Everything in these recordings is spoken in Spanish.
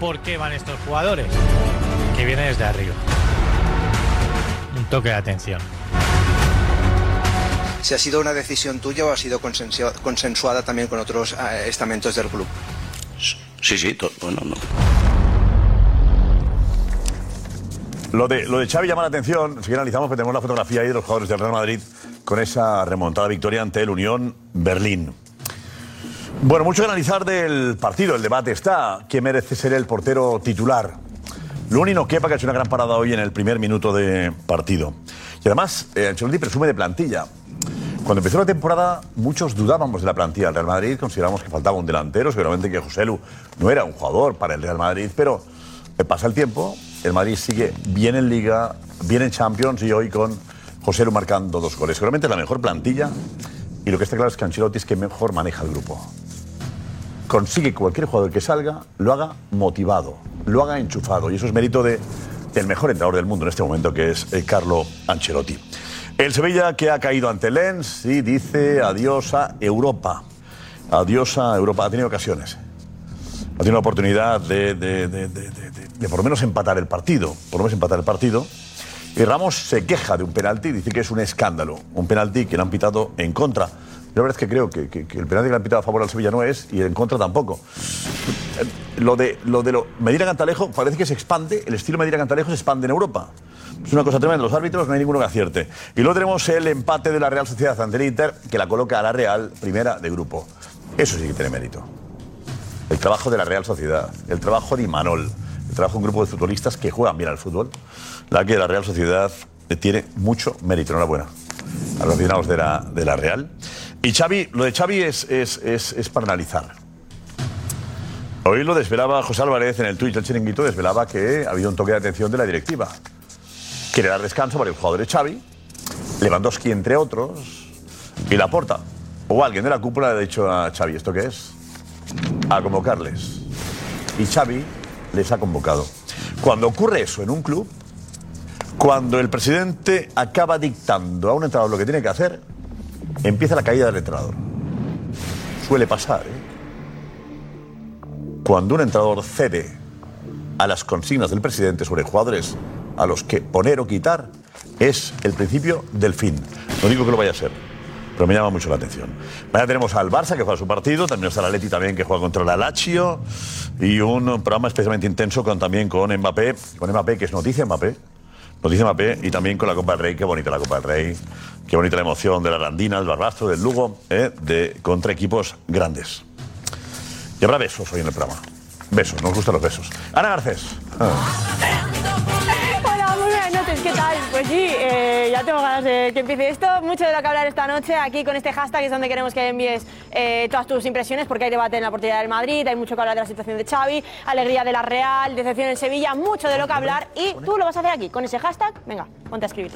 por qué van estos jugadores. Que viene desde arriba. Un toque de atención. Si ha sido una decisión tuya o ha sido consensua- consensuada también con otros eh, estamentos del club. Sí, sí, to- bueno, no. Lo de, lo de Xavi llama la atención, si analizamos, que tenemos la fotografía ahí de los jugadores del Real Madrid con esa remontada victoria ante el Unión Berlín. Bueno, mucho que analizar del partido, el debate está, ¿quién merece ser el portero titular? Luni no quepa que ha hecho una gran parada hoy en el primer minuto de partido. Y además, eh, Ancelotti presume de plantilla. Cuando empezó la temporada, muchos dudábamos de la plantilla del Real Madrid, consideramos que faltaba un delantero, seguramente que Joselu no era un jugador para el Real Madrid, pero eh, pasa el tiempo, el Madrid sigue bien en Liga, bien en Champions y hoy con Joselu marcando dos goles. Seguramente la mejor plantilla y lo que está claro es que Ancelotti es que mejor maneja el grupo. Consigue que cualquier jugador que salga lo haga motivado, lo haga enchufado y eso es mérito de, del mejor entrenador del mundo en este momento que es eh, Carlo Ancelotti. El Sevilla que ha caído ante Lens y dice adiós a Europa. Adiós a Europa. Ha tenido ocasiones ha tenido la oportunidad de, de- de- de- de- de- de por lo menos empatar el partido. Por lo menos empatar el partido. Y Ramos se queja de un penalti, dice que es un escándalo. Un penalti que le han pitado en contra. Yo la verdad es que creo que, que- que el penalti que le han pitado a favor al Sevilla no es y en contra tampoco. Eh, Lo de lo de lo, Medina Cantalejo parece que se expande, el estilo Medina Cantalejo se expande en Europa. Es una cosa tremenda, los árbitros no hay ninguno que acierte. Y luego tenemos el empate de la Real Sociedad ante el Inter, que la coloca a la Real primera de grupo. Eso sí que tiene mérito el trabajo de la Real Sociedad, el trabajo de Imanol, el trabajo de un grupo de futbolistas que juegan bien al fútbol, la que la Real Sociedad tiene mucho mérito. Enhorabuena a los aficionados de la, de la Real. Y Xavi, lo de Xavi es, es, es, es para analizar. Hoy lo desvelaba José Álvarez en el Twitch del Chiringuito, desvelaba que ha habido un toque de atención de la directiva. Quiere dar descanso para el jugador de Xavi, Lewandowski entre otros, y la porta. O alguien de la cúpula le ha dicho a Xavi, ¿esto qué es? a convocarles. Y Xavi les ha convocado. Cuando ocurre eso en un club, cuando el presidente acaba dictando a un entrenador lo que tiene que hacer, empieza la caída del entrenador. Suele pasar, ¿eh? Cuando un entrenador cede a las consignas del presidente sobre jugadores a los que poner o quitar, es el principio del fin. No digo que lo vaya a ser, pero me llama mucho la atención. Mañana tenemos al Barça que juega su partido, también está la Leti también que juega contra la Lazio y un programa especialmente intenso con, también con Mbappé, con Mbappé que es noticia Mbappé, noticia Mbappé y también con la Copa del Rey, qué bonita la Copa del Rey, qué bonita la emoción de la Randina, del Barbastro, del Lugo, ¿eh? de, contra equipos grandes. Y habrá besos hoy en el programa. Besos, nos gustan los besos. Ana Garcés. Hola, muy buenas noches, ¿qué tal? Pues sí, eh, ya tengo ganas de que empiece esto. Mucho de lo que hablar esta noche aquí con este hashtag es donde queremos que envíes eh, todas tus impresiones porque hay debate en la portería del Madrid, hay mucho que hablar de la situación de Xavi, alegría de la Real, decepción en Sevilla, mucho de lo que hablar y tú lo vas a hacer aquí con ese hashtag. Venga, ponte a escribir.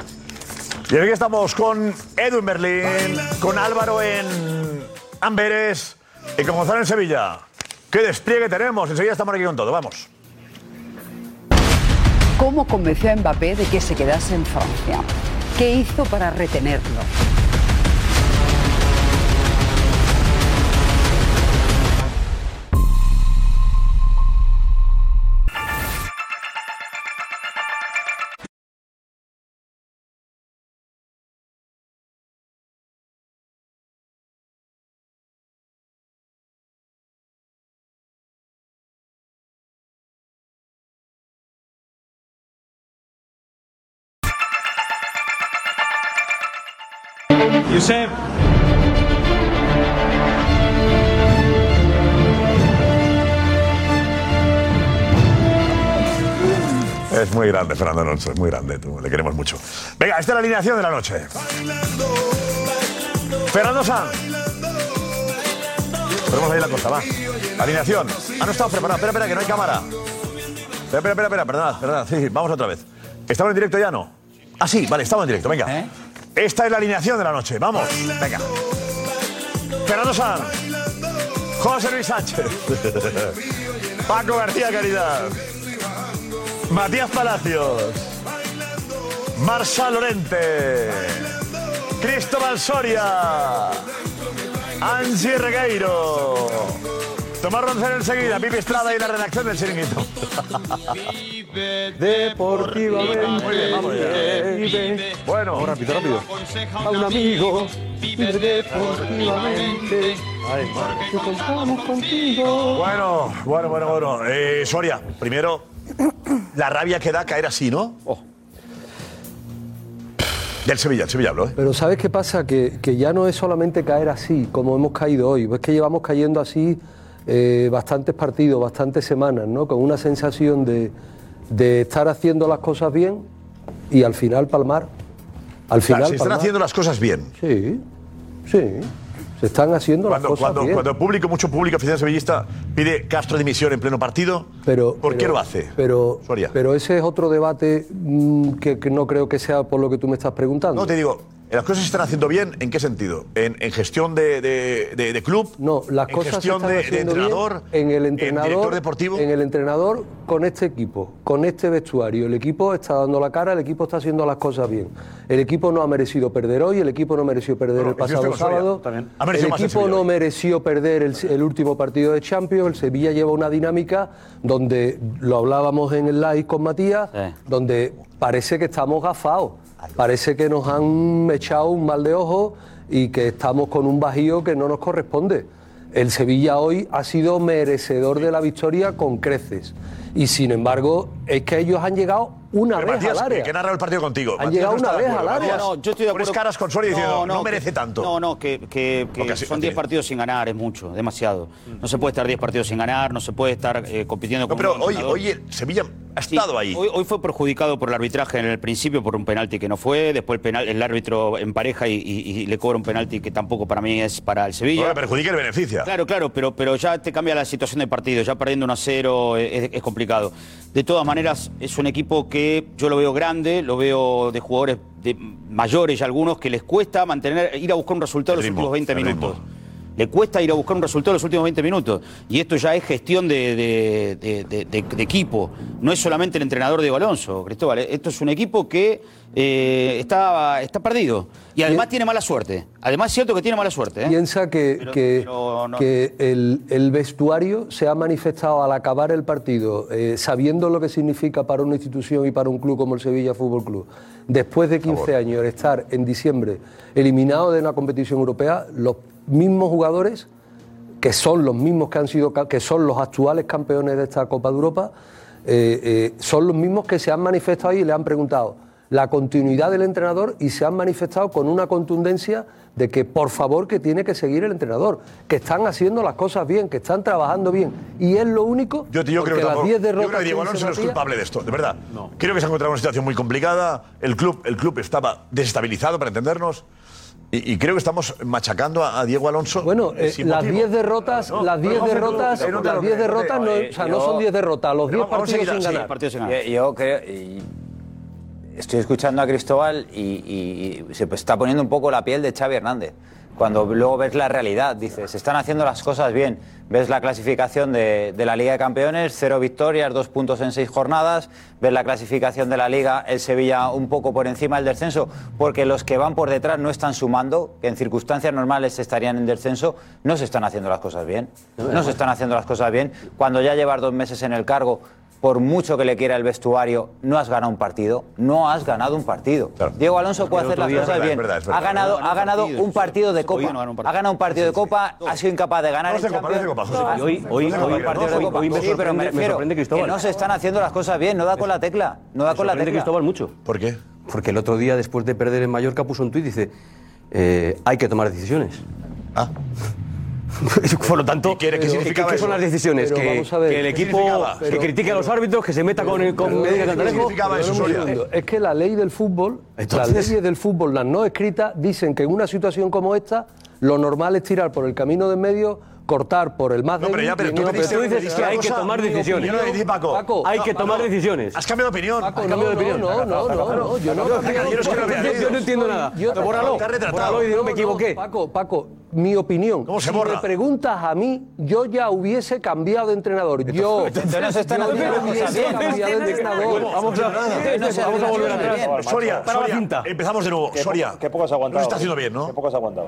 Y aquí estamos con Edu en Berlín, con Álvaro en Amberes y con Gonzalo en Sevilla. ¡Qué despliegue tenemos! Enseguida estamos aquí con todo, vamos. ¿Cómo convenció a Mbappé de que se quedase en Francia? ¿Qué hizo para retenerlo? Josep. Es muy grande, Fernando Alonso, es muy grande, tú, le queremos mucho. Venga, esta es la alineación de la noche. Fernando Sanz. Ponemos ahí la cosa, va. Alineación. Ah, no estaba preparado. Espera, espera, que no hay cámara. Espera, espera, espera, espera, perdón, perdón. Sí, sí, vamos otra vez. ¿Estamos en directo ya no? Ah, sí, vale, estamos en directo, venga. Esta es la alineación de la noche, vamos. Venga. Fernando Sanz. José Luis Sánchez. Paco García Caridad. Matías Palacios. Marsa Lorente. Cristóbal Soria. Angie Regueiro. Tomás Roncero enseguida, Pipi Estrada y la redacción del Chiringuito. Deportivamente. Muy bien, vamos ya. Vive Bueno, Vamos rápido, rápido. a un amigo. Vive deportivamente. Porque contamos contigo. Bueno, bueno, bueno, bueno. Eh, Soria, primero, la rabia que da caer así, ¿no? Del Sevilla, el Sevilla habló, ¿eh? Pero ¿sabes qué pasa? Que, que ya no es solamente caer así, como hemos caído hoy, es que llevamos cayendo así eh, bastantes partidos, bastantes semanas, ¿no? Con una sensación de, de estar haciendo las cosas bien y al final palmar. Al final Claro, se están palmar. haciendo las cosas bien. Sí, sí, se están haciendo Cuando, las cosas cuando, bien. cuando el público, mucho público aficionado sevillista pide Castro dimisión en pleno partido, Pero, ¿por qué pero- lo hace? Pero, Soria. pero ese es otro debate mm, que, que no creo que sea por lo que tú me estás preguntando. No, te digo, las cosas se están haciendo bien, ¿en qué sentido? ¿En, en gestión de, de- de- de club? No, las ¿En cosas se gestión están de- de, haciendo bien entrenador? en el entrenador, director deportivo? en el entrenador con este equipo, con este vestuario. El equipo está dando la cara, el equipo está haciendo las cosas bien. El equipo no ha merecido perder hoy, el equipo no mereció perder Bueno, el eso estoy pasado con Soria, sábado. también. Ha El merecido más el equipo Sevilla no hoy. mereció perder el, el último partido de Champions. El Sevilla lleva una dinámica donde lo hablábamos en el live con Matías, Sí. donde parece que estamos gafados. Parece que nos han echado un mal de ojo y que estamos con un bajío que no nos corresponde. El Sevilla hoy ha sido merecedor de la victoria con creces. Y sin embargo, es que ellos han llegado una Pero vez Matías, al área. que narra el partido contigo. Han Matías llegado no está una de vez acuerdo, al área. Matías, No, no, yo estoy de Pones acuerdo. caras con Soria diciendo, no, que- merece tanto. No, no, que, que- que Lo que ha sido, son tiene. 10 partidos sin ganar, es mucho, demasiado. No se puede estar 10 partidos sin ganar, no se puede estar eh, compitiendo No, con pero un hoy, entrenador. hoy el Sevilla ha Sí, estado ahí. Hoy, hoy fue perjudicado por el arbitraje en el principio por un penalti que no fue, después el, penal, el árbitro empareja y, y- y le cobra un penalti que tampoco para mí es para el Sevilla. no le perjudica y le beneficia. Claro, claro, pero, pero ya te cambia la situación del partido, ya perdiendo 1 a 0 es, es complicado. De todas maneras, es un equipo que yo lo veo grande, lo veo de jugadores de mayores ya algunos que les cuesta mantener, ir a buscar un resultado El en los ritmo, últimos 20 el minutos. ritmo. Le cuesta ir a buscar un resultado en los últimos 20 minutos. Y esto ya es gestión de, de- de- de- de- de equipo. No es solamente el entrenador de Alonso, Cristóbal. Esto es un equipo que eh, está, está perdido. Y además tiene mala suerte. Además es cierto que tiene mala suerte. ¿eh? Piensa que, Pero- que, pero no- que el, el vestuario se ha manifestado al acabar el partido, eh, sabiendo lo que significa para una institución y para un club como el Sevilla Fútbol Club. Después de 15 años de estar en diciembre eliminado de una competición europea, los mismos jugadores que son los mismos que han sido ca- que son los actuales campeones de esta Copa de Europa, eh, eh, son los mismos que se han manifestado y le han preguntado la continuidad del entrenador y se han manifestado con una contundencia de que por favor que tiene que seguir el entrenador, que están haciendo las cosas bien, que están trabajando bien y es lo único Yo, yo creo porque que las tampoco- 10 yo creo derrotas que Diego que dice Alonso no es Matías- culpable de esto, de verdad. Creo que se ha encontrado en una situación muy complicada. El club, el club estaba desestabilizado, para entendernos. Y, y creo que estamos machacando a, a Diego Alonso. Bueno, eh, eh, sin las motivo. 10 derrotas, Claro, no. las 10 Pero vamos a ver, derrotas, pero no te lo las 10 crees, derrotas no, o sea, no son 10 derrotas, los Pero 10 vamos a partidos seguir, sin sí, ganar. partidos sin ganar. Yo, yo creo. y estoy escuchando a Cristóbal y, y- y se pues está poniendo un poco la piel de Xavi Hernández. Cuando luego ves la realidad, dices, se están haciendo las cosas bien. Ves la clasificación de, de la Liga de Campeones, cero victorias, dos puntos en seis jornadas. Ves la clasificación de la Liga, el Sevilla un poco por encima del descenso, porque los que van por detrás no están sumando, que en circunstancias normales estarían en descenso, no se están haciendo las cosas bien. No se están haciendo las cosas bien. Cuando ya llevas dos meses en el cargo, por mucho que le quiera el vestuario, no has ganado un partido. No has ganado un partido. Claro. Diego Alonso puede hacer las día. cosas Es verdad, bien. es verdad, es verdad. Ha ganado, No ganó ha ganado partidos. un partido de Hoy copa. no ganó un partido. Ha ganado un partido de copa, ha sido incapaz de ganar No el se compara, no se Champions. compara, José. Hoy- hoy- No se hoy compara, partidos de hoy- copa. hoy me Sí, pero me refiero que no se están haciendo las cosas bien, no da con la tecla, no da con la tecla. mucho. ¿Por qué? Porque el otro día, después de perder en Mallorca, puso un tuit y dice, eh, hay que tomar decisiones. Ah. Por lo tanto, ¿Y qué- qué significaba ¿qué eso? son las decisiones? Pero Que, vamos a ver, que el ¿qué equipo significaba? que Pero- critique a los árbitros, que se meta con el con Medina ¿qué Cantalejo. significaba eso, Perdón un Soria? segundo. Es que la ley del fútbol, las Entonces- leyes del fútbol, las no escritas, dicen que en una situación como esta, lo normal es tirar por el camino de en medio, cortar por el más No, pero débil, ya, pero y tú, no- me diste- pero me tú dices diste que una hay que cosa, tomar mi decisiones. opinión, lo dice Paco. Paco, hay que tomar decisiones. Has cambiado de opinión. Paco, no, no, no, no, no, no, yo no. Yo no estoy Yo- arrepentido. yo no entiendo nada. Yo- bórralo. Te has retratado. Bórralo y di, no me No, equivoqué. Paco, Paco, mi opinión. ¿Cómo se si borra? me preguntas a mí, yo ya hubiese cambiado de entrenador. Yo. Entonces están yo haciendo las cosas hubiese bien. cambiado de entrenador. Vamos a, vamos a volver atrás. Soria, Para la Soria, cinta. empezamos de nuevo. Soria, Qué poco has no se aguantado. está haciendo bien, ¿no? Qué poco has aguantado.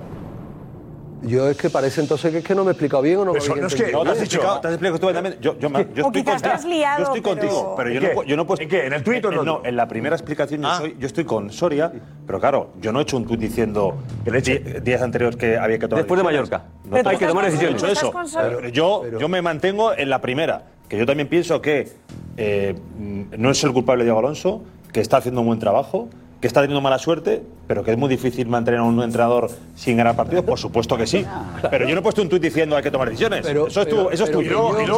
Yo es que parece entonces que es que no me he explicado bien o no me Eso, habéis no es que- No, entendido. te has explicado- te has explicado tú también. Yo, yo, me- yo O estoy quizás te contigo. has liado, yo estoy pero- contigo, pero yo no, ¿En qué? puedo- yo no Ah. puedo. ¿En qué? ¿En el tuit o Eh, no? en la primera explicación yo, soy- yo estoy con Soria, pero claro, yo no he hecho un tuit diciendo di- días anteriores que había que tomar Después de decisiones. Mallorca. No, Pero tú hay que estás tomar con- decisiones. tú He estás hecho con eso. Soria. Pero yo, yo me mantengo en la primera, que yo también pienso que eh, mm, no es el culpable Diego Alonso, que está haciendo un buen trabajo. Que está teniendo mala suerte, pero que es muy difícil mantener a un entrenador sin ganar partidos, por supuesto que sí. Ah. Pero yo no he puesto un tuit diciendo hay que tomar decisiones. Pero- eso es tu, pero- eso es pero tu. yo- pero yo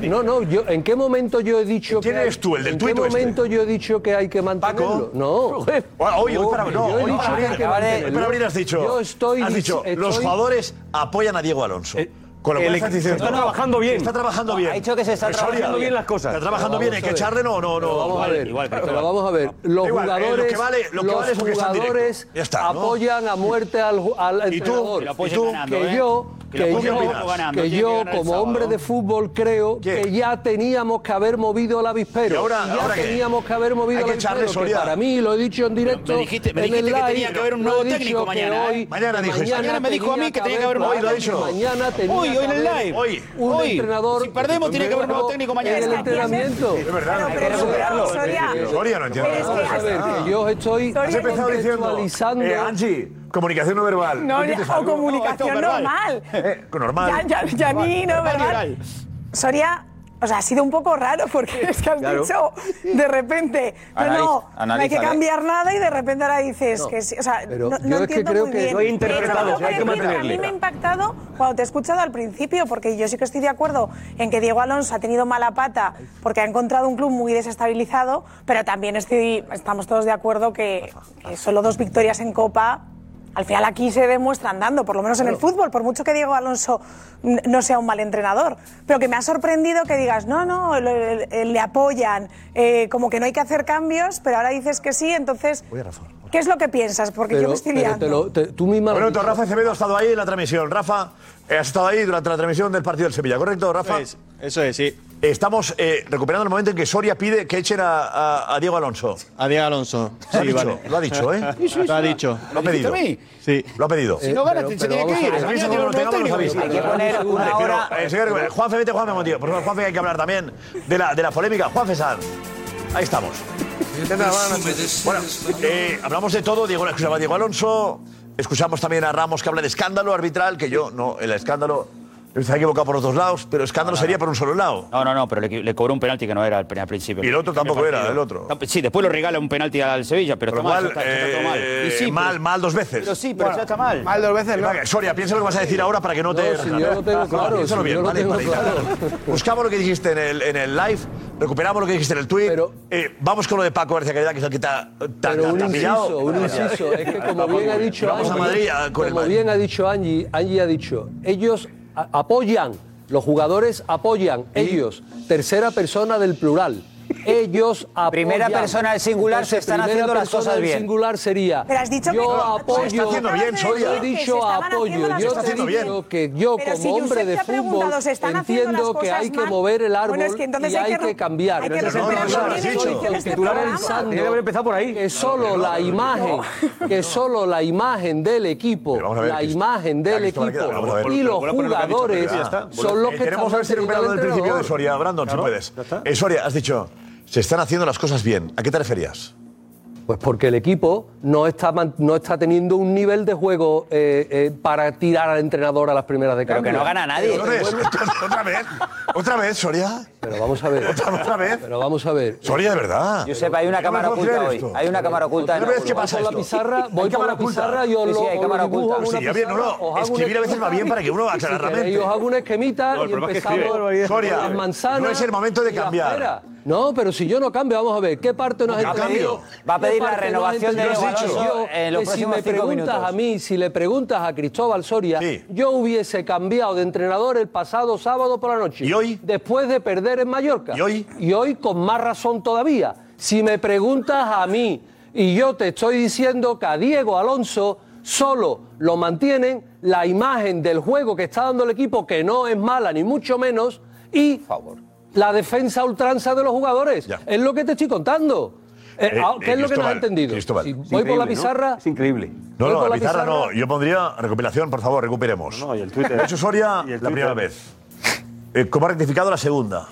me- no, no, yo, ¿en qué momento yo he dicho que. hay- ¿En qué momento yo he dicho que hay que mantenerlo? No. este? Hoy, hoy para, no, yo he hoy dicho para, que hay que mantenerlo. para abrir has dicho. Yo estoy. has dicho, dic- los estoy- Eh, jugadores apoyan a Diego Alonso. Con lo el cual equipo estás diciendo, está no, no, trabajando bien. Está trabajando No, bien. ha dicho que se está Pues trabajando Soria, bien las cosas. Está trabajando Pero bien, hay vamos que a ver. echarle no, no, no. Pero vamos a Vale, ver, igual, pero igual. vamos a ver. Igual, eh, lo Los que jugadores, vale- lo que los vale es porque están jugadores directos. Ya está, ¿no? apoyan a muerte al, ju- al Y tú, entrenador. que lo apoyen ¿Y tú? ganando, que ¿eh? yo, Que lo que apoyen yo, ganando, ganando. que Tiene yo que ganar el como sábado. hombre de fútbol creo que ya teníamos que haber movido el avispero. ¿Y ahora- ya ahora qué? teníamos que haber movido Hay el que echarle avispero. que Soria. para mí lo he dicho en directo. Me dijiste- me en dijiste el que live, tenía que haber un lo he nuevo dicho técnico que mañana, hoy- ¿eh? Mañana dijo eso. Mañana me dijo a mí que tenía que haber un Hoy nuevo lo ha técnico. dicho. Mañana tenía Hoy, hoy que en el haber live. Un Hoy. entrenador. Si perdemos, tiene que haber un nuevo técnico mañana. En el Es que ayer- entrenamiento. Es verdad, Pero, hay que pero, recuperarlo. Soria- Soria no entiende Vamos nada. a ver, que yo estoy Has empezado diciendo, contextualizando- eh, Angie, comunicación no verbal. No, Oye, ya- ¿te o saludo? comunicación No, esto es verbal. normal. Eh, normal. Ya, ya, ya ni, no, Normal, ¿verdad? Soria, o sea, ha sido un poco raro porque es que has Claro. dicho de repente, no, Analiz- no, no hay que analízale. cambiar nada y de repente ahora dices No, que sí. O sea, pero no, yo no es que entiendo creo muy que bien. no hay interpretado, Pero tengo hay que decir a mantenerle. mí me ha impactado cuando te he escuchado al principio, porque yo sí que estoy de acuerdo en que Diego Alonso ha tenido mala pata porque ha encontrado un club muy desestabilizado, pero también estoy, estamos todos de acuerdo que, que solo dos victorias en Copa al final aquí se demuestra andando, por lo menos en el fútbol, por mucho que Diego Alonso n- no sea un mal entrenador. Pero que me ha sorprendido que digas, no, no, le, le- le apoyan, eh, como que no hay que hacer cambios, pero ahora dices que sí, entonces, ¿qué es lo que piensas? Porque yo me estoy liando. tú misma Bueno, entonces Rafa Acevedo ha estado ahí en la transmisión. Rafa, eh, has estado ahí durante la transmisión del partido del Sevilla, ¿correcto, Rafa? Eso es, sí. Estamos eh, recuperando el momento en que Soria pide que echen a, a- a Diego Alonso. A Diego Alonso. Lo ha Sí, dicho, vale. lo ha dicho, ¿eh? Sí, sí, sí. Lo ha dicho. Lo ha pedido. ¿Me dijiste Sí. Lo ha pedido. Si no ganas, Eh, se tiene vamos que a ir. ver, Se avisa tiene cuando lo que ir un tengamos, nuevo los avisa. técnico. Hay que poner Pero, una hora- eh, señor, Juanfe, vete, Juanfe, un momentito. Por favor, Juanfe, que hay que hablar también de la, de la polémica. Juanfe Sanz. Ahí estamos. Bueno, eh, hablamos de todo. Diego, escuchamos a Diego Alonso. Escuchamos también a Ramos que habla de escándalo arbitral, que yo, no, el escándalo. Se ha equivocado por los dos lados, pero Ah, escándalo sería por un solo lado. No, no, no, pero le, le cobró un penalti que no era al, al principio. Y el otro tampoco era, el otro. No, Sí, después lo regala un penalti al Sevilla, pero Por está lo mal, cual, ya está, ya está todo mal. eh, Y sí, pero- mal, mal dos veces. Pero sí, pero ya está mal. Mal dos veces, Soria, piensa lo que vas a decir ahora para que no, te. No, si yo lo tengo claro, Piénsalo si bien, yo lo ¿vale? tengo Para claro. evitar- Buscamos lo que dijiste en el, en el live, recuperamos lo que dijiste en el tweet. eh, vamos con lo de Paco García Calidad, que es el que está Pero un inciso, un inciso. Es que como bien ha dicho Vamos a Angie, Madrid a- con el como bien ha dicho Angie, Angie ha dicho, ellos a- apoyan, los jugadores apoyan, ellos, tercera persona del plural. Ellos apoyan. Primera persona del singular, se están primera haciendo las persona cosas del bien. singular sería. Pero has dicho yo que no. apoyo. Se está haciendo bien, Soria. Yo he Que se dicho estaban haciendo apoyo. las Yo cosas te he bien. dicho que yo, Pero como si hombre Josep de te ha fútbol, preguntado, ¿se están haciendo las entiendo que cosas hay que mal? mover el árbol Bueno, es que entonces y hay hay que que, re- cambiar. hay que Pero no, recuperar no, no, lo has dicho. Estoy Este programa. pensando Tenía que haber empezado por ahí. Que solo la imagen, que solo la imagen del equipo, a ver, la Cristo- imagen del Cristo, equipo vamos a ver. y los Vuelve a poner lo que ha dicho, jugadores pero ya está. son los Eh, que Tenemos a ver si están manteniendo recuperamos al el principio de entrenador. Soria. Brandon, Claro, si puedes. ya está. Eh, Soria, has dicho, se están haciendo las cosas bien. ¿A qué te referías? Pues porque el equipo no está, man- no está teniendo un nivel de juego eh, eh, para tirar al entrenador a las primeras de Pero cambio. que no gana nadie. Pero se vuelve- ¿Otra vez? ¿Otra vez, Soria? Pero vamos a ver. ¿Otra, otra vez? Pero vamos a ver. Soria, de verdad. Josep, hay una Yo no cámara puedo oculta creer hoy. esto. Hay una cámara oculta en ¿Tú ves ángulo. qué pasa Voy esto? con la pizarra, Hay voy con cámara la pizarra, yo Sí, sí, lo- hay o cámara lo dibujo oculta. en una Sí, ya bien, no, pizarra, os no. hago un Escribir a veces va bien para que uno Y aclare si la mente. queréis, os hago una esquemita No, el y problema es que empezamos escribe. con Soria, las manzanas. no es el momento de y las cambiar. peras. No, pero si yo no cambio, vamos a ver, ¿qué parte nos Yo cambio. Va a pedir la renovación de Diego Alonso en los eh, Si próximos me cinco preguntas minutos. a mí, si le preguntas a Cristóbal Soria, yo hubiese cambiado de entrenador el pasado sábado por la noche. ¿Y hoy? Después de perder en Mallorca. ¿Y hoy? Y hoy con más razón todavía. Si me preguntas a mí y yo te estoy diciendo que a Diego Alonso solo lo mantienen la imagen del juego que está dando el equipo, que no es mala ni mucho menos, y la defensa a ultranza de los jugadores. Es lo que te estoy contando. Eh, Eh, ah, eh, ¿Qué es lo que no has Cristóbal, entendido? Cristóbal. Si voy por la pizarra. Es increíble. No, Voy no, por la la pizarra no. pizarra. Yo pondría recopilación, por favor, recuperemos. No, y el Twitter. Hecho Soria Y el la Twitter. primera vez. Eh, ¿Cómo ha rectificado la segunda?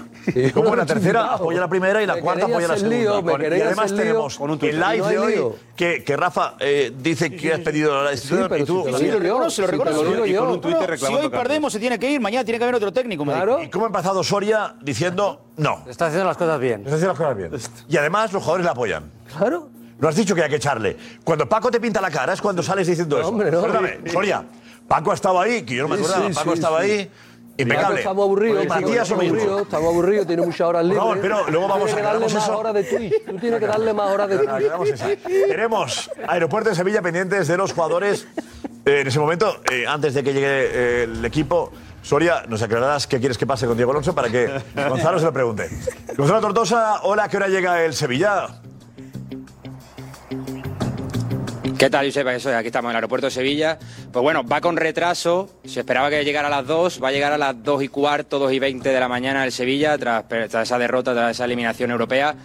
¿Cómo la tercera apoya la primera y la Me cuarta queréis apoya la hacer segunda? lío, me Con- y queréis además hacer lío. tenemos Con un Twitter. el live No hay de hoy lío. que, que Rafa eh, dice que has pedido la decisión pero y tú... si te lo Sí, digo yo, reconoce, si te lo reconoce. digo yo. No, no, si hoy perdemos, se tiene que ir, mañana tiene que haber otro técnico. me ¿Y cómo ha empezado Soria diciendo no? Está haciendo las cosas bien. Está haciendo las cosas bien. Y además los jugadores la apoyan. Claro. No has dicho que hay que echarle. Cuando Paco te pinta la cara es cuando sales diciendo eso. hombre, no. Perdóname, Soria, Paco estaba ahí, que yo no me Sí, acordaba. sí, Paco sí, estaba sí. ahí. Paco, Impecable. Estamos aburridos, Paco, Matías o estamos mismo. aburridos, estamos aburridos, tiene muchas horas libres. favor, pero luego vamos Tú tienes a que darle aclaramos más eso. horas de Twitch. Tú tienes que darle más horas de Claro, aclaramos esa. Twitch. Tenemos Aeropuerto de Sevilla pendientes de los jugadores. Eh, en ese momento, eh, antes de que llegue eh, el equipo, Soria, nos aclararás qué quieres que pase con Diego Alonso para que Gonzalo se lo pregunte. Gonzalo Tortosa, hola, ¿a ¿qué hora llega el Sevilla? ¿Qué tal, Josep? Eso es, Aquí estamos en el aeropuerto de Sevilla. Pues bueno, va con retraso. Se esperaba que llegara a las 2. Va a llegar a las 2 y cuarto, 2 y 20 de la mañana el Sevilla, tras, tras esa derrota, tras esa eliminación europea.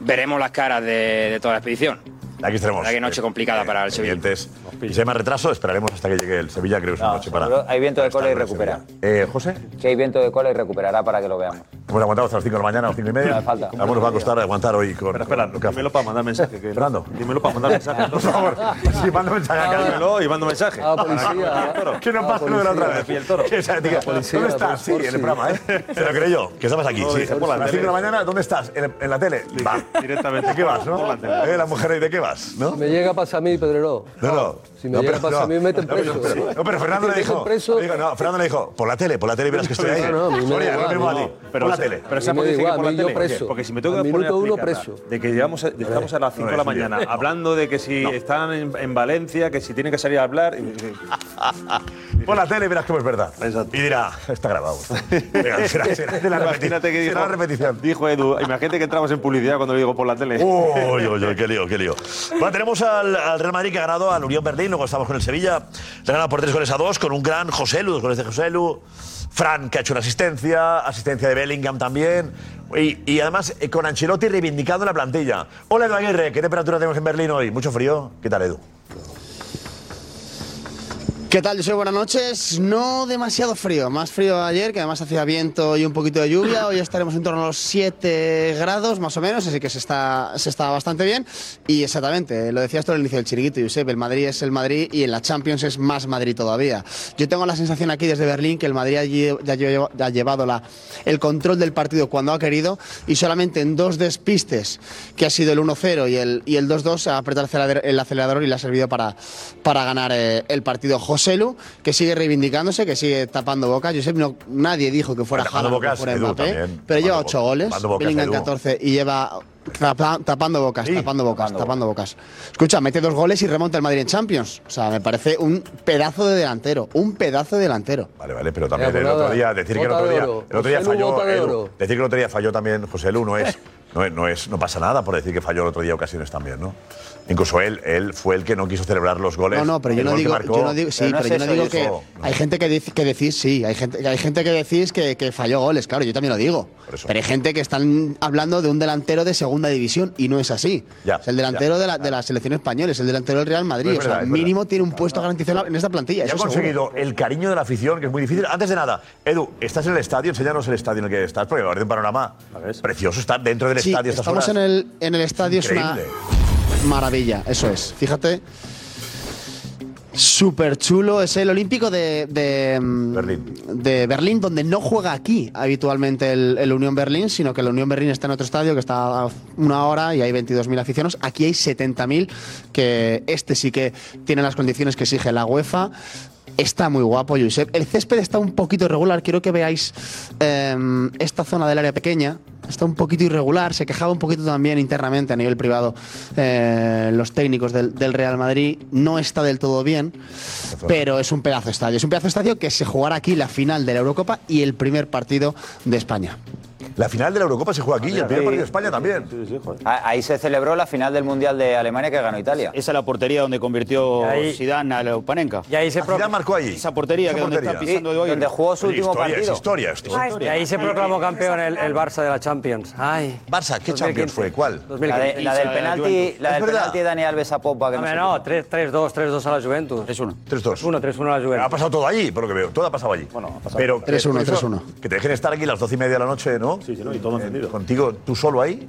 Veremos las caras de, de toda la expedición. Aquí estaremos. Una noche complicada para el Sevilla. Pendientes. Si hay más retraso, esperaremos hasta que llegue el Sevilla, creo que es una noche para. Seguro Hay viento de cola y recupera. Eh, José. Que hay viento de cola y recuperará para que lo veamos. Hemos aguantado hasta las 5 de la mañana o 5 y media. No hace falta. Algunos nos va a costar aguantar hoy con. Espera, espera, dímelo para mandar mensaje. Fernando. Dímelo para mandar mensaje. Por favor. Sí, manda mensaje a Carlos. Dímelo y mando mensaje. Ah, policía. Que Ah, no pasa lo de la otra vez. Que esa- diga, ¿Dónde estás? Sí, en el programa, ¿eh? Te lo creo yo, que estabas aquí. No, sí. dije, por la a las 5 de tele. la mañana, ¿dónde estás? En, en la tele. Va. Directamente. ¿De qué vas, no? Por la tele. Eh, la mujer, ¿de qué vas? ¿No? Me llega a pasar a mí, Pedrero. No, no. Ah, Si me llega a pasar a mí, me meten no, pero- preso. No, pero, Fernando le Me meten dijo. le dijo, no, Fernando le dijo, por la tele, por la tele verás que estoy ahí. No, no, a mí me da Soria, igual, mismo a mí a ti. no. Por la tele. Pero A mí ¿sabes me por qué da dije igual, por la a mí yo tele? preso. Porque si me tengo Al que poner a minuto uno explicarla, preso. De que llegamos a- estamos a las 5 de la no, mañana no. hablando de que si están en, en Valencia, que si tienen que salir a hablar. Por la tele verás cómo es verdad. Y dirá, Ah, está grabado. Venga, será- será de la imagínate que dijo, será la repetición. Dijo Edu, imagínate que entramos en publicidad cuando lo digo por la tele. Uy, uy, uy, qué lío, qué lío. Bueno, tenemos al, al Real Madrid que ha ganado al Unión Berlín, luego estamos con el Sevilla. Le ha ganado por tres goles a dos, con un gran José Lu, dos goles de José Lu. Fran, que ha hecho una asistencia, asistencia de Bellingham también. Y, y además eh, con Ancelotti reivindicando la plantilla. Hola, Edu Aguirre, ¿qué temperatura tenemos en Berlín hoy? ¿Mucho frío? ¿Qué tal, Edu? ¿Qué tal? Yo soy buenas noches. No demasiado frío, más frío ayer, que además hacía viento y un poquito de lluvia. Hoy estaremos en torno a los 7 grados más o menos, así que se está, se está bastante bien. Y exactamente, lo decías tú al inicio del chiriquito, Josep, el Madrid es el Madrid y en la Champions es más Madrid todavía. Yo tengo la sensación aquí desde Berlín que el Madrid allí ya, lleva- ya ha llevado la, el control del partido cuando ha querido y solamente en dos despistes, que ha sido el 1-0 y el, y el 2-2, ha apretado el acelerador- el acelerador y le ha servido para, para ganar eh, el partido. Joselu, que sigue reivindicándose, que sigue tapando bocas. Josep, no, nadie dijo que fuera Tapando Haaland o que bocas, fuera Edu, Mbappé, también. pero lleva Tapando 8 bo- goles, tapando bocas, Bellingham Edu. 14 y lleva tapa- tapando bocas, tapando bocas, tapando bocas. Escucha, mete dos goles y remonta el Madrid en Champions. O sea, me parece un pedazo de delantero, un pedazo de delantero. Vale, vale, pero también Ya, pues el otro nada. día, decir que el Bota otro de día, oro. el otro día José Lu, falló, bota de Edu, oro. decir que el otro día falló también José Lu, no es, no es, no es, no pasa nada por decir que falló el otro día ocasiones también, ¿no? Incluso él, él fue el que no quiso celebrar los goles. No, no, pero yo el no gol que digo, marcó. yo no digo, sí, pero, yo no digo que Eso, hay gente que, dice- que decís, sí, hay gente, hay gente que decís que, que falló goles, claro, yo también lo digo. Pero hay gente que están hablando de un delantero de segunda división y no es así. O sea, el delantero de, la, de la selección española, es el delantero del Real Madrid, No, es o sea, verdad, es verdad. mínimo tiene un puesto garantizado en la- en esta plantilla. Y ha eso seguro. conseguido el cariño de la afición, que es muy difícil. Antes de nada, Edu, estás en el estadio, enséñanos el estadio en el que estás, porque va a haber un panorama precioso estar dentro del Sí, estadio. estas estamos en horas. el, en el estadio, es una Increíble. maravilla, eso es. Fíjate, súper chulo, es el Olímpico de, de, mm, de Berlín, donde no juega aquí habitualmente el, el Unión Berlín, sino que el Unión Berlín está en otro estadio que está a una hora y hay 22.000 aficionados. Aquí hay 70.000, que este sí que tiene las condiciones que exige la UEFA. Está muy guapo, Josep. El césped está un poquito irregular. Quiero que veáis em, esta zona del área pequeña. Está un poquito irregular. Se quejaba un poquito también internamente a nivel privado eh, los técnicos del, del Real Madrid. No está del todo bien, pero es un pedazo de estadio. Es un pedazo de estadio que se jugará aquí la final de la Eurocopa y el primer partido de España. La final de la Eurocopa se juega aquí y el primer Sí. partido de España también. Ah, Ahí se celebró la final del Mundial de Alemania que ganó Italia. Esa es la portería donde convirtió Ahí- Zidane a Leopanenka. Y ahí se Ah, pro- Zidane marcó ahí. Esa portería Esa que donde está portería. pisando de hoy. Sí, donde jugó su Oye, último historia, partido. es historia esto. Ah, Y ahí se proclamó campeón el, el Barça de la Champions. Ay. Barça, ¿qué Champions fue? ¿Cuál? La, de- la del penalti, la del penalti de Dani Alves a Pogba. Que Hombre, no, no, 3-2, 3-2 a la Juventus. 3-1. 3-2. 1 3-1 a la Juventus. Ha pasado todo allí, por lo que veo. Todo ha pasado allí. Bueno, ha pasado. Pero 3-1, eso, 3-1. Que te dejen estar aquí a las 12 y media de la noche, ¿no? Sí, sí, no, y todo encendido. Contigo, tú solo ahí.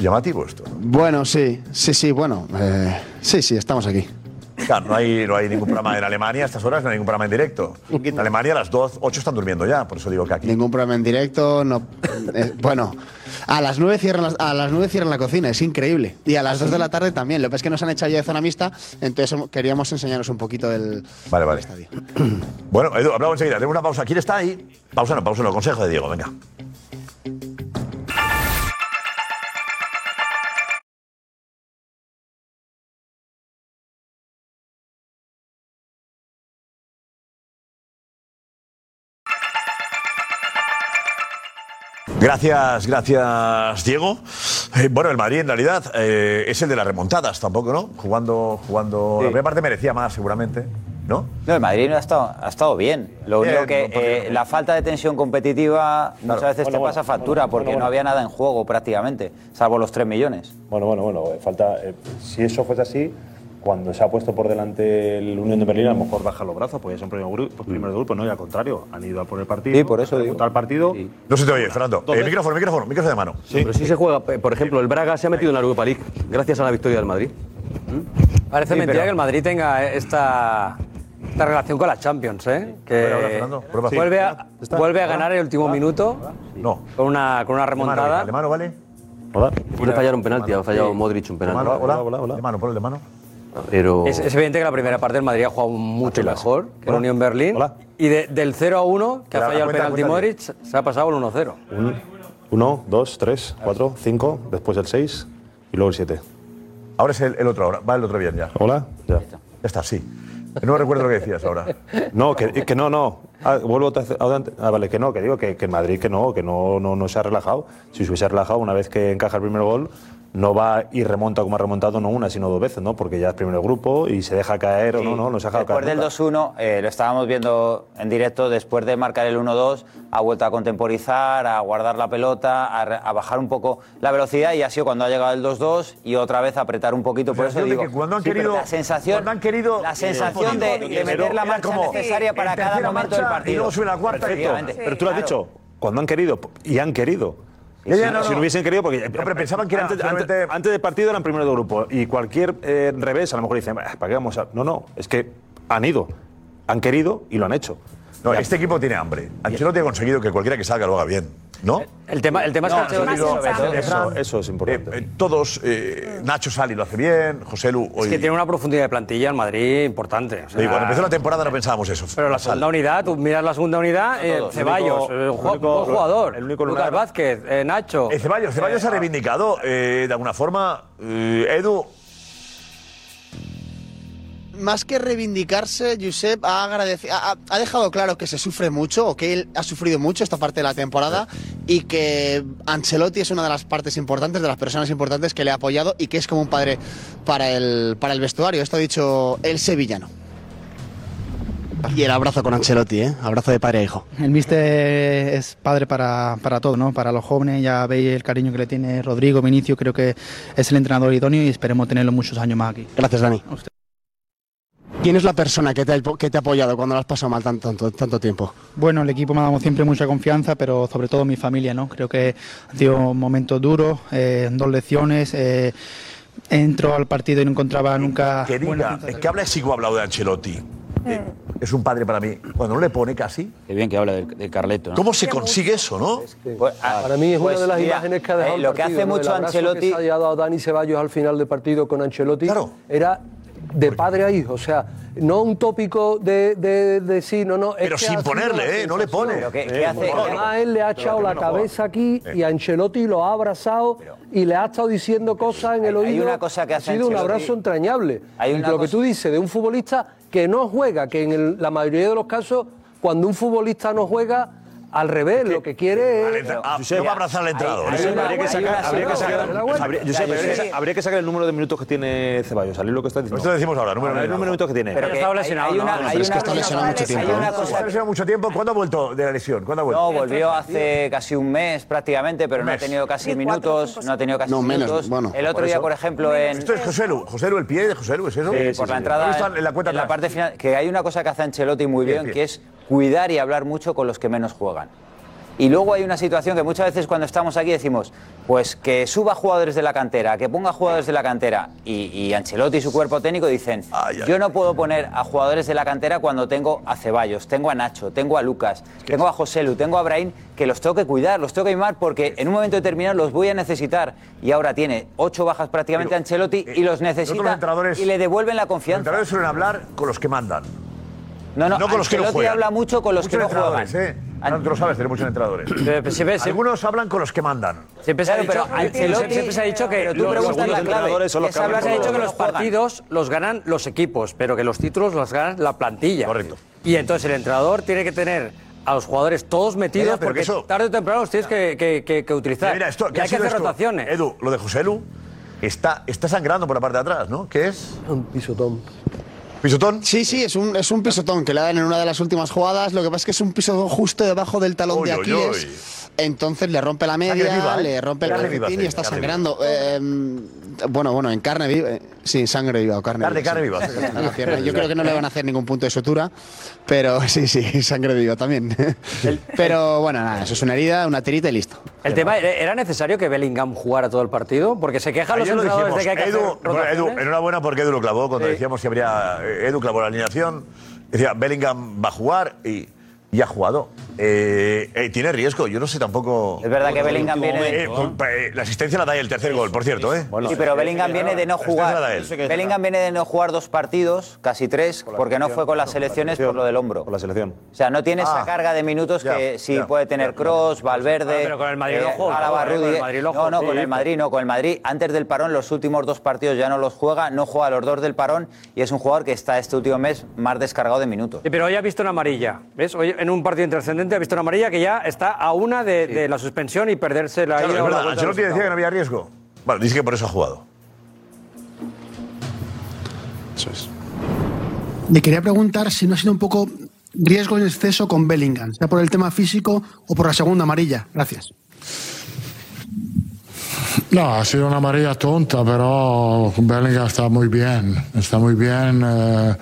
Llamativo esto. Bueno, sí, sí, sí, bueno. eh, sí, sí, estamos aquí. Claro, no hay, no hay ningún programa en Alemania a estas horas, no hay ningún programa en directo. En Alemania a las 2, 8 están durmiendo ya, por eso Pues digo que aquí. Ningún problema en directo, no. eh, bueno, a las 9 cierran las- a las nueve cierran la cocina, es increíble. Y a las 2 de la tarde también. Lo que pasa es que nos han echado ya de zona mixta, entonces hemos- queríamos enseñaros un poquito del Vale, vale. Bueno, Edu, hablamos enseguida. Tengo una pausa. ¿Quién está ahí? Pausa no, pausa no. Consejo de Diego, venga. Gracias, gracias, Diego. Eh, bueno, el Madrid en realidad eh, es el de las remontadas, tampoco, ¿no? Jugando, jugando. La primera parte merecía más, seguramente, ¿no? No, el Madrid ha estado, ha estado bien. Lo Bien, único que no, porque- eh, la falta de tensión competitiva muchas veces Bueno, te bueno, pasa factura bueno, porque bueno, no bueno. había nada en juego prácticamente, salvo los 3 millones. Bueno, bueno, bueno, eh, falta. eh, si eso fuese así, cuando se ha puesto por delante el Unión de Berlín, a lo mejor baja los brazos, pues ya son primeros gru- pues primeros de grupo, no, y al contrario, han ido a por el partido. Sí, por eso digo. el partido. No se te oye, Fernando. Eh, micrófono, micrófono, micrófono de mano. Sí, pero sí se juega. eh, Por ejemplo, el Braga se ha metido en la Europa League gracias a la victoria del Madrid. Parece ¿Mm? Sí, mentira pero- que el Madrid tenga eh, esta, esta relación con la Champions, ¿eh? Pero ahora, Que Fernando, prueba. vuelve, Sí. a, Ya está. vuelve a Hola. ganar el último minuto No. con una, con una remontada. ¿De mano, vale? Le fallaron un penalti, ha fallado Modric un penalti. Hola, hola, hola, Oh. De mano, por el de mano. Pero... Es, es evidente que la primera parte del Madrid ha jugado mucho mejor que la Unión Berlín. Y de- del 0 a 1, que ha Hola, fallado el cuenta, penalti cuenta. Modric, se ha pasado el 1-0. Uno, dos, tres, cuatro, cinco, después el seis y luego el siete. Ahora es el, el otro, ahora. Va el otro bien ya. ¿Hola? Ya. está, Ah, sí. No recuerdo lo que decías ahora. No, que, que no, no. Ah, vuelvo otra vez a- Ah, vale, que no, que digo que, que en Madrid que no, que no, no, no se ha relajado. Si se hubiese relajado una vez que encaja el primer gol, no va y remonta como ha remontado no una, sino dos veces, ¿no? Porque ya es primero grupo y se deja caer o no, no, no se ha dejado Después caer. del nunca. 2-1, eh, lo estábamos viendo en directo, después de marcar el 1-2, ha vuelto a contemporizar, a guardar la pelota, a, re- a bajar un poco la velocidad y ha sido cuando ha llegado el 2-2 y otra vez apretar un poquito. Por eso Sensación de digo, que cuando han Sí, pero querido- la sensación, cuando han querido- la sensación de, de Pero meter la era marcha como necesaria para en cada tercera momento del marcha y partido. luego sube la cuarta y Perfecto. Efectivamente. Pero tú lo has Claro. dicho, cuando han querido y han querido. Ya, ya, si, no, si no. hubiesen querido, porque eh, pero pensaban que era antes, solamente- antes- antes del partido eran primero de grupo y cualquier eh, revés a lo mejor dicen, "Ah, ¿para qué vamos a...? No, no, es que han ido, han querido y lo han hecho. No, este equipo tiene hambre. Ancelotti ha conseguido que cualquiera que salga lo haga bien, ¿no? El tema, el tema es que Ancelotti- eso, eso es importante. Eh, eh, todos, eh, Nacho Sali lo hace bien, José Lu hoy. Es que tiene una profundidad de plantilla en Madrid importante. o sea- Sí, cuando empezó la temporada no pensábamos eso. Pero la segunda unidad, tú miras la segunda unidad, pues, eh, todos. Ceballos, El único- eh, ju- el único- buen jugador, el único Lucas lugar- Vázquez, eh, Nacho. Eh, Ceballos, Ceballos Eh, se ha reivindicado eh, de alguna forma. eh, Edu, más que reivindicarse, Josep ha, agradeci- ha, ha- ha dejado claro que se sufre mucho, o que él ha sufrido mucho esta parte de la temporada, y que Ancelotti es una de las partes importantes, de las personas importantes que le ha apoyado y que es como un padre para el, para el vestuario. Esto ha dicho el sevillano. Y el abrazo con Ancelotti, ¿eh? Abrazo de padre a hijo. El míster es padre para, para todo, ¿no? Para los jóvenes, ya veis el cariño que le tiene Rodrigo, Vinicio, creo que es el entrenador idóneo y esperemos tenerlo muchos años más aquí. Gracias, Dani. A usted. ¿Quién es la persona que te, ha- que te ha apoyado cuando lo has pasado mal tanto, tanto, tanto tiempo? Bueno, el equipo me ha dado siempre mucha confianza, pero sobre todo mi familia, ¿no? Creo que ha sido momentos duros, eh, dos lecciones, eh, entro al partido y no encontraba nunca... que buena diga, es que habla es igual hablado de Ancelotti. Eh, es un padre para mí. Cuando no le pone casi. Qué bien que habla del, del Carleto. ¿no? ¿Cómo se consigue eso, no? Para mí es Pues, una de las mira, imágenes que ha dejado eh, el lo que partido, hace ¿no? El mucho abrazo Ancelotti- que se ha dado a Dani Ceballos al final del partido con Ancelotti era de padre a hijo, o sea, no un tópico de, de, de sí, no, no. es Pero que sin ha sido ponerle, la ¿eh? No le sensación. pone. Pero que- que Eh, hace- además, él le ha Pero echado que la no juega. cabeza aquí y Ancelotti lo ha abrazado y le ha estado diciendo cosas en el oído. hay una cosa que hace ha sido un Ancelotti- abrazo entrañable. Hay Y una lo que cosa- tú dices de un futbolista que no juega, que en el- la mayoría de los casos, cuando un futbolista no juega, Al revés, lo que quiere es. Ah, Josep, va a abrazar al ¿eh? entrado. Hay Josep, una habría que buena- sacar- hay habría una que sacar- buena- buena- habría- Ya, Josep, yo habría que sí. sa- habría que sacar el número de minutos que tiene Ceballos, salir lo que está diciendo. Esto decimos ahora, número el de número de minutos que tiene. Pero que Estaba lesionado, hay ¿no? una- Bueno, hay pero es que una- está lesionado mucho tiempo. ¿eh? Está lesionado mucho tiempo. ¿Cuándo ha vuelto de la lesión? ¿Cuándo ha vuelto? No, volvió hace casi un mes prácticamente, pero no ha tenido casi minutos. No ha tenido casi No, menos, minutos. bueno. El Por otro día, eso. por ejemplo, en. Esto es José Lu. José Lu, el pie de José Lu, ¿es eso? Sí, por la entrada. Ahí está en la cuenta atrás. parte final, que hay una cosa que hace Ancelotti muy Bien, bien, bien. que es cuidar y hablar mucho con los que menos juegan. Y luego hay una situación que muchas veces cuando estamos aquí decimos, pues que suba jugadores de la cantera, que ponga jugadores de la cantera. Y, y Ancelotti y su cuerpo técnico dicen, yo no puedo poner a jugadores de la cantera cuando tengo a Ceballos, tengo a Nacho, tengo a Lucas, tengo a José Lu, tengo a Brahim, que los tengo que cuidar, los tengo que mimar porque en un momento determinado los voy a necesitar. Y ahora tiene ocho bajas prácticamente Ancelotti y Nosotros los los necesita eh, entrenadores- y le devuelven la Los confianza. entrenadores suelen hablar con los que mandan. No, no, con los que no Ancelotti juegan. habla mucho con los que Muchos no juegan. entrenadores, ¿eh? Ahora tú lo sabes, tenemos muchos entrenadores. Algunos hablan con los que mandan. Siempre se, ha dicho, siempre- siempre se ha dicho que Pero tú los preguntas segundos la clave. entrenadores son los Les que hablan hablas con de los hecho que que los los partidos los ganan los equipos, pero que los títulos los ganan la plantilla. Correcto. Y entonces el entrenador tiene que tener a los jugadores todos metidos Mira, pero porque que eso- tarde o temprano los tienes que, que- que- que utilizar. Mira, esto, Y ¿qué ha hay que sido hacer esto? rotaciones. Edu, lo de José Lu está, está sangrando por la parte de atrás, ¿no? ¿Qué es? Un pisotón. ¿Pisotón? Sí, sí, es un, es un pisotón que le dan en una de las últimas jugadas. Lo que pasa es que es un pisotón justo debajo del talón Uy, de uy, Aquiles. uy. Entonces le rompe la Sangre media, viva, ¿eh? le rompe el Carne viva, calcetín sí, y está carne sangrando. Eh, bueno, bueno, en carne viva. eh, Sí, sangre viva o carne Carne, viva. carne sí. viva, sí, carne En la viva. pierna. Yo creo que no le van a hacer ningún punto de sutura, pero sí, sí, sangre viva también. Pero bueno, nada, eso es una herida, una tirita y listo. El tema, ¿era necesario que Bellingham jugara todo el partido? Porque se quejan los Ayer lo entrenadores de que hay dijimos. que hacer Edu, bueno, Edu, rotaciones. enhorabuena porque Edu lo clavó cuando decíamos que habría. eh, Edu clavó la alineación. Decía, Bellingham va a jugar y, y ha jugado. Eh, eh, tiene riesgo, yo no sé tampoco. Es verdad que Bellingham viene de- Eh, con- eh, la asistencia la da él, el tercer gol, por cierto, ¿eh? sí, pero Bellingham viene de no La jugar. asistencia la da él. Bellingham viene de no jugar dos partidos, casi tres, porque no fue con las selecciones por lo del hombro. Con la selección. O sea, no tiene Ah, esa carga de minutos ya, que sí ya, puede tener Cross, Valverde, Ah, pero con el Madrid no juega, Álava, ¿eh? Con el Rudiger. Madrid no No, no, juega, con sí, el Madrid no, con el Madrid. Antes del parón, los últimos dos partidos ya no los juega, no juega los dos del parón y es un jugador que está este último mes más descargado de minutos. Sí, pero hoy ha visto una amarilla. ¿Ves? Hoy en un partido intrascendente ha visto una amarilla que ya está a una de, de la suspensión y perderse la Claro, es ida o la verdad, vuelta de los Ancelotti decía que no había riesgo. Vale, dice que por eso ha jugado. Eso es. Me quería preguntar si no ha sido un poco riesgo en exceso con Bellingham, sea por el tema físico o por la segunda amarilla. Gracias. No, ha sido una amarilla tonta, pero Bellingham está muy bien, está muy bien, eh,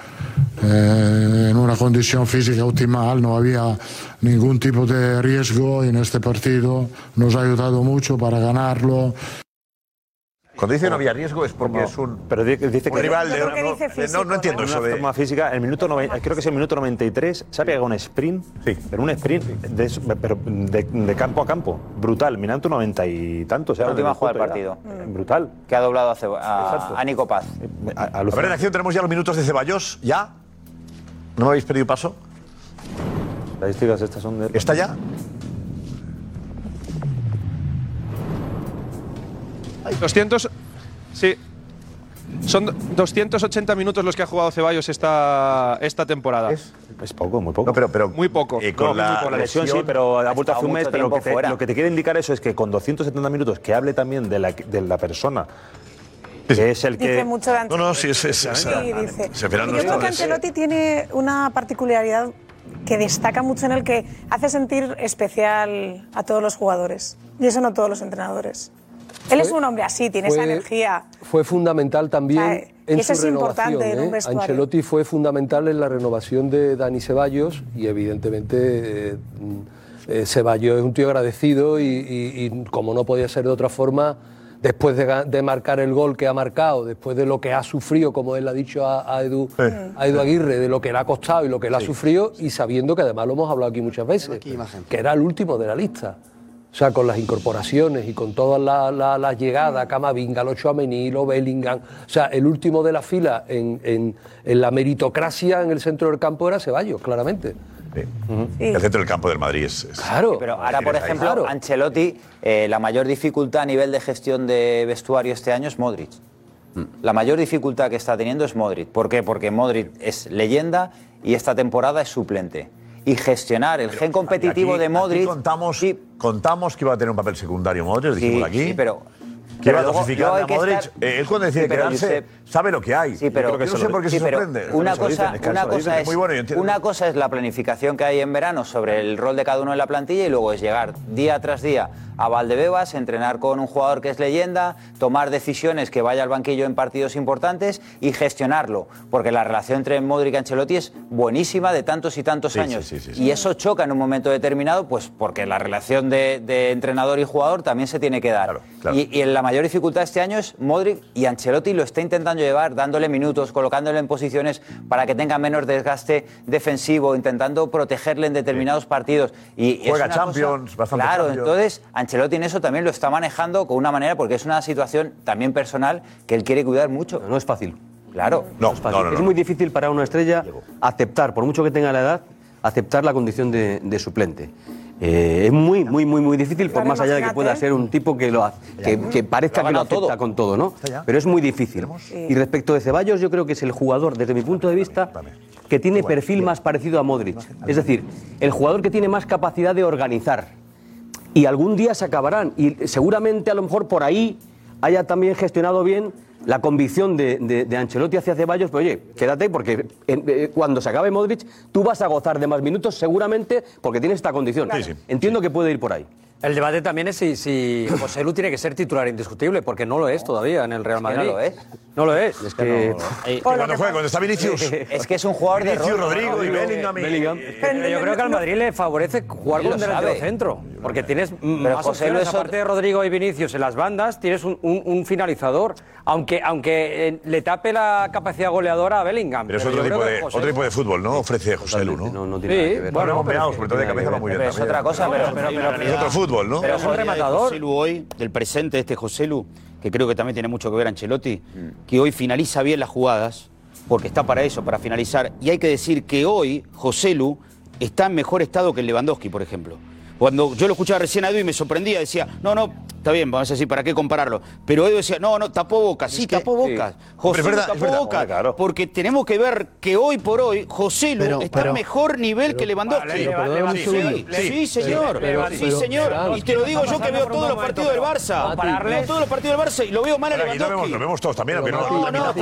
eh, en una condición física optimal, no había ningún tipo de riesgo en este partido, nos ha ayudado mucho para ganarlo. Cuando dice no había riesgo es porque es un. Pero di- dice Un que rival no, de- Yo creo que dice no- físico, no- no entiendo Una eso de- forma física, el minuto noven- creo que es el minuto 93, se ha pegado un sprint, pero un sprint de, eso- pero de- de campo a campo, brutal, minuto 90 y tanto, o sea, La última de- jugada del ya. Mm. partido. Eh, Brutal. Que ha doblado a, Ceba- Exacto. a, a Nico Paz. A, a A ver, en acción tenemos ya los minutos de Ceballos, ¿ya? ¿No me habéis perdido paso? Las estadísticas estas son de. ¿Está ya? Ay, 200. Sí. Son 280 minutos los que ha jugado Ceballos esta, esta temporada. Es, poco, muy poco. pero, pero muy poco. No, muy eh, con la lesión, sí, pero ha vuelto hace un mes. Pero lo que, te, lo que te quiere indicar eso es que con 270 minutos que hable también de la, de la persona que es el que. Dice mucho de Ancelotti. No, no, sí, es- es- Sí, es- dice. se verán Yo los creo que colores. Ancelotti tiene una particularidad que destaca mucho en el que hace sentir especial a todos los jugadores. Y eso no todos los entrenadores. Él es un hombre así, tiene esa fue- energía. Fue fundamental también Ah, en su eso es importante renovación. en un ¿eh? vestuario. Ancelotti fue fundamental en la renovación de Dani Ceballos y evidentemente eh, eh, Ceballos es un tío agradecido y, y- y como no podía ser de otra forma, después de, ga- de marcar el gol que ha marcado, después de lo que ha sufrido, como él ha dicho a, a Edu, a Edu Aguirre, de lo que le ha costado y lo que le ha sufrido y sabiendo que además lo hemos hablado aquí muchas veces, que era el último de la lista. O sea, con las incorporaciones y con todas las la, las llegadas, Camavinga, los Chouameni, Bellingham. O sea, el último de la fila en, en- en la meritocracia en el centro del campo era Ceballos, claramente. El centro del campo del Madrid es. es- Claro. Pero ahora, por ejemplo, Ancelotti, eh, la mayor dificultad a nivel de gestión de vestuario este año es Modric. Mm. La mayor dificultad que está teniendo es Modric. ¿Por qué? Porque Modric es leyenda y esta temporada es suplente. y gestionar el gen competitivo Aquí- de aquí Modric. contamos, contamos que iba a tener un papel secundario Modric, Sí, dijimos aquí. sí, pero- Que pero iba a luego- dosificar luego hay a que Modric. estar- Eh, él cuando decide Sí, pero, quedarse, Josep, sabe lo que hay. Sí, pero Yo creo que yo no sé por qué sí, se pero sorprende. Una Eso lo cosa, dicen, es que una eso lo cosa dicen, es, muy bueno, yo entiendo. una cosa es la planificación que hay en verano sobre el rol de cada uno en la plantilla y luego es llegar día tras día a Valdebebas, entrenar con un jugador que es leyenda, tomar decisiones que vaya al banquillo en partidos importantes y gestionarlo, porque la relación entre Modric y Ancelotti es buenísima de tantos y tantos Sí, años. sí, sí, sí, sí. Y eso choca en un momento determinado, pues porque la relación de, de entrenador y jugador también se tiene que dar. claro. Y, y la mayor dificultad este año es Modric y Ancelotti lo está intentando llevar, dándole minutos, colocándole en posiciones para que tenga menos desgaste defensivo, intentando protegerle en determinados partidos. Y es Juega una cosa- Champions, bastante Claro, Champions. entonces Ancelotti en eso también lo está manejando con una manera, porque es una situación también personal que él quiere cuidar mucho. No es fácil. Claro. No, es, fácil. es muy difícil para una estrella aceptar, por mucho que tenga la edad, aceptar la condición de, de suplente. Eh, es muy, muy, muy, muy difícil, por Claro, más allá de que imagínate. pueda ser un tipo que, lo, ha- que, que parezca Lo ha que lo ganado acepta todo. con todo, ¿no? ya. Pero es muy difícil. Y respecto de Ceballos, yo creo que es el jugador, desde mi punto de vista, que tiene perfil más parecido a Modric. Es decir, el jugador que tiene más capacidad de organizar y algún día se acabarán. Y seguramente a lo mejor por ahí haya también gestionado bien la convicción de, de- de Ancelotti hacia Ceballos, pero oye, quédate porque en- eh, cuando se acabe Modric, tú vas a gozar de más minutos seguramente porque tienes esta condición. Entiendo que puede ir por ahí. El debate también es si, si José Lu tiene que ser titular indiscutible, porque no lo es todavía en el Real que Madrid. no lo es. No lo es. Es que. Eh, Cuando juega, cuando está Vinicius. Es que es un jugador de Vinicius, rol, Rodrigo ¿no? y Bellingham y- Pero yo creo que al Madrid le favorece jugar Él con lo un delantero sabe. centro. Porque tienes mm, Pero más José opciones, Lu es otro- aparte de Rodrigo y Vinicius en las bandas, tienes un, un- un finalizador. Aunque, aunque eh, le tape la capacidad goleadora a Bellingham. Pero es yo otro creo tipo, que de, José otro Lu- tipo de fútbol, ¿no? Ofrece José Lu, ¿no? No, tiene nada que ver. Bueno, No, hombre, pero- vamos, sobre todo de cabeza va muy bien. Pero es también. otra cosa, pero- pero- pero- es otro fútbol, ¿no? Pero Joselu, Joselu hoy, del presente de este Joselu, que creo que también tiene mucho que ver Ancelotti, Mm. que hoy finaliza bien las jugadas, porque está para eso, para finalizar. Y hay que decir que hoy Joselu está en mejor estado que el Lewandowski, por ejemplo. Cuando yo lo escuchaba recién a Edu y me sorprendía, decía, no, no, está bien, vamos a decir, ¿para qué compararlo? Pero Edu decía, no, no, tapó bocas, sí, tapó bocas. Joselu Pero es verdad, es tapó verdad. bocas, porque tenemos que ver que hoy por hoy Joselu Pero- está pero- en mejor nivel que Lewandowski. Pero perdóname un Sí, segundo. sí, sí, señor, Pero- sí, pero- señor. pero- Y te lo digo yo que veo todos los partidos del Barça. Veo todos los partidos del Barça y lo veo mal a Ahora, aquí lo vemos, Lewandowski. lo vemos todos también, aunque no. Mati, la mitad.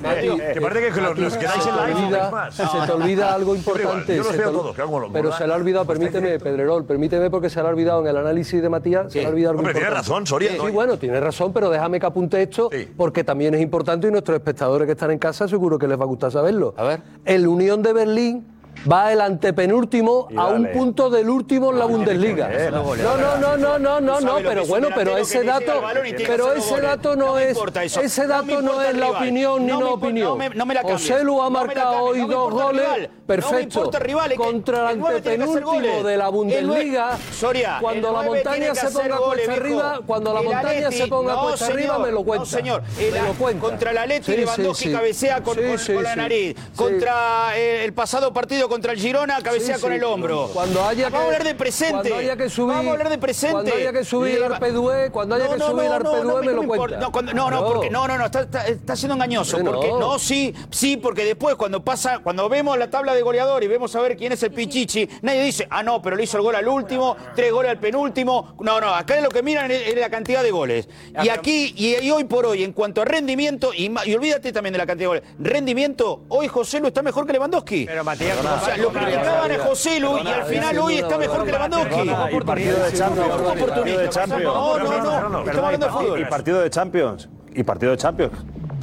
Mati, Mati, Que parece que los, los quedáis en la se te isla, es olvida- más. se te olvida algo Siempre igual, importante. Yo los se veo te ol- todos, claro, como los- Pero se le ha olvidado, permíteme, Pedrerol, permíteme porque se le ha olvidado en el análisis de Matías. Se le ha olvidado algo Hombre, tiene importante. razón, Soria, Sí, ¿no? sí, bueno, tiene razón, pero déjame que apunte esto porque también es importante y nuestros espectadores que están en casa seguro que les va a gustar saberlo. A ver. El Unión de Berlín va el antepenúltimo a un dale. punto del último en la Bundesliga. que ser, No, no, no, no, no, no, no, no, No sabe lo que pero es un bueno, pero delantero que ese te llega al dato, balón y tiene que pero hacer los ese goles. dato no, No me es importa eso. ese No me dato no, importa es el la rival. opinión ni No no, me impo- opinión. no me- no me la cambies. José Lu ha No me la marcado cambies, hoy no me dos importa el goles, rival. No me perfecto. importa el rival, es que contra el el nueve tiene que hacer antepenúltimo de goles. la El nueve- Bundesliga, Soria, cuando el la nueve montaña tiene que se hacer ponga goles, cuesta viejo. arriba, cuando la El montaña Atleti- se ponga no, cuesta arriba señor, me lo no, cuenta. señor. El me lo a- cuenta. contra el Atleti, Sí, sí, Lewandowski sí. cabecea con- Sí, con- sí, con la sí. nariz. Sí. Contra, eh, el pasado partido contra el Girona, cabecea con el hombro. Cuando haya Vamos a que- hablar de presente. Cuando haya que subir, Vamos a hablar de presente. Cuando haya que subir el Leva- Arpedue, cuando haya No, que no, subir el no, no, Arpedue no, me lo no cuenta. importa. No, cuando- no, no, porque no, no, no, está, está- está siendo engañoso. Hombre, porque no. no. sí, sí, porque después cuando pasa, cuando vemos la tabla de goleador y vemos a ver quién es el Pichichi, nadie dice, ah, no, pero le hizo el gol al último, tres goles al penúltimo. No, no, acá lo que miran es, es la cantidad de goles. Y aquí, y, y hoy por hoy, en cuanto a rendimiento, y, ma- y olvídate también de la cantidad de goles, rendimiento, hoy José Lu está mejor que Lewandowski. Pero Matías, o sea, lo criticaban a José Lu y al final hoy está mejor que Lewandowski. Y partido de Champions. Partido de Champions. No, no, no, estamos hablando de fútbol. Y partido de Champions. Y partido de Champions.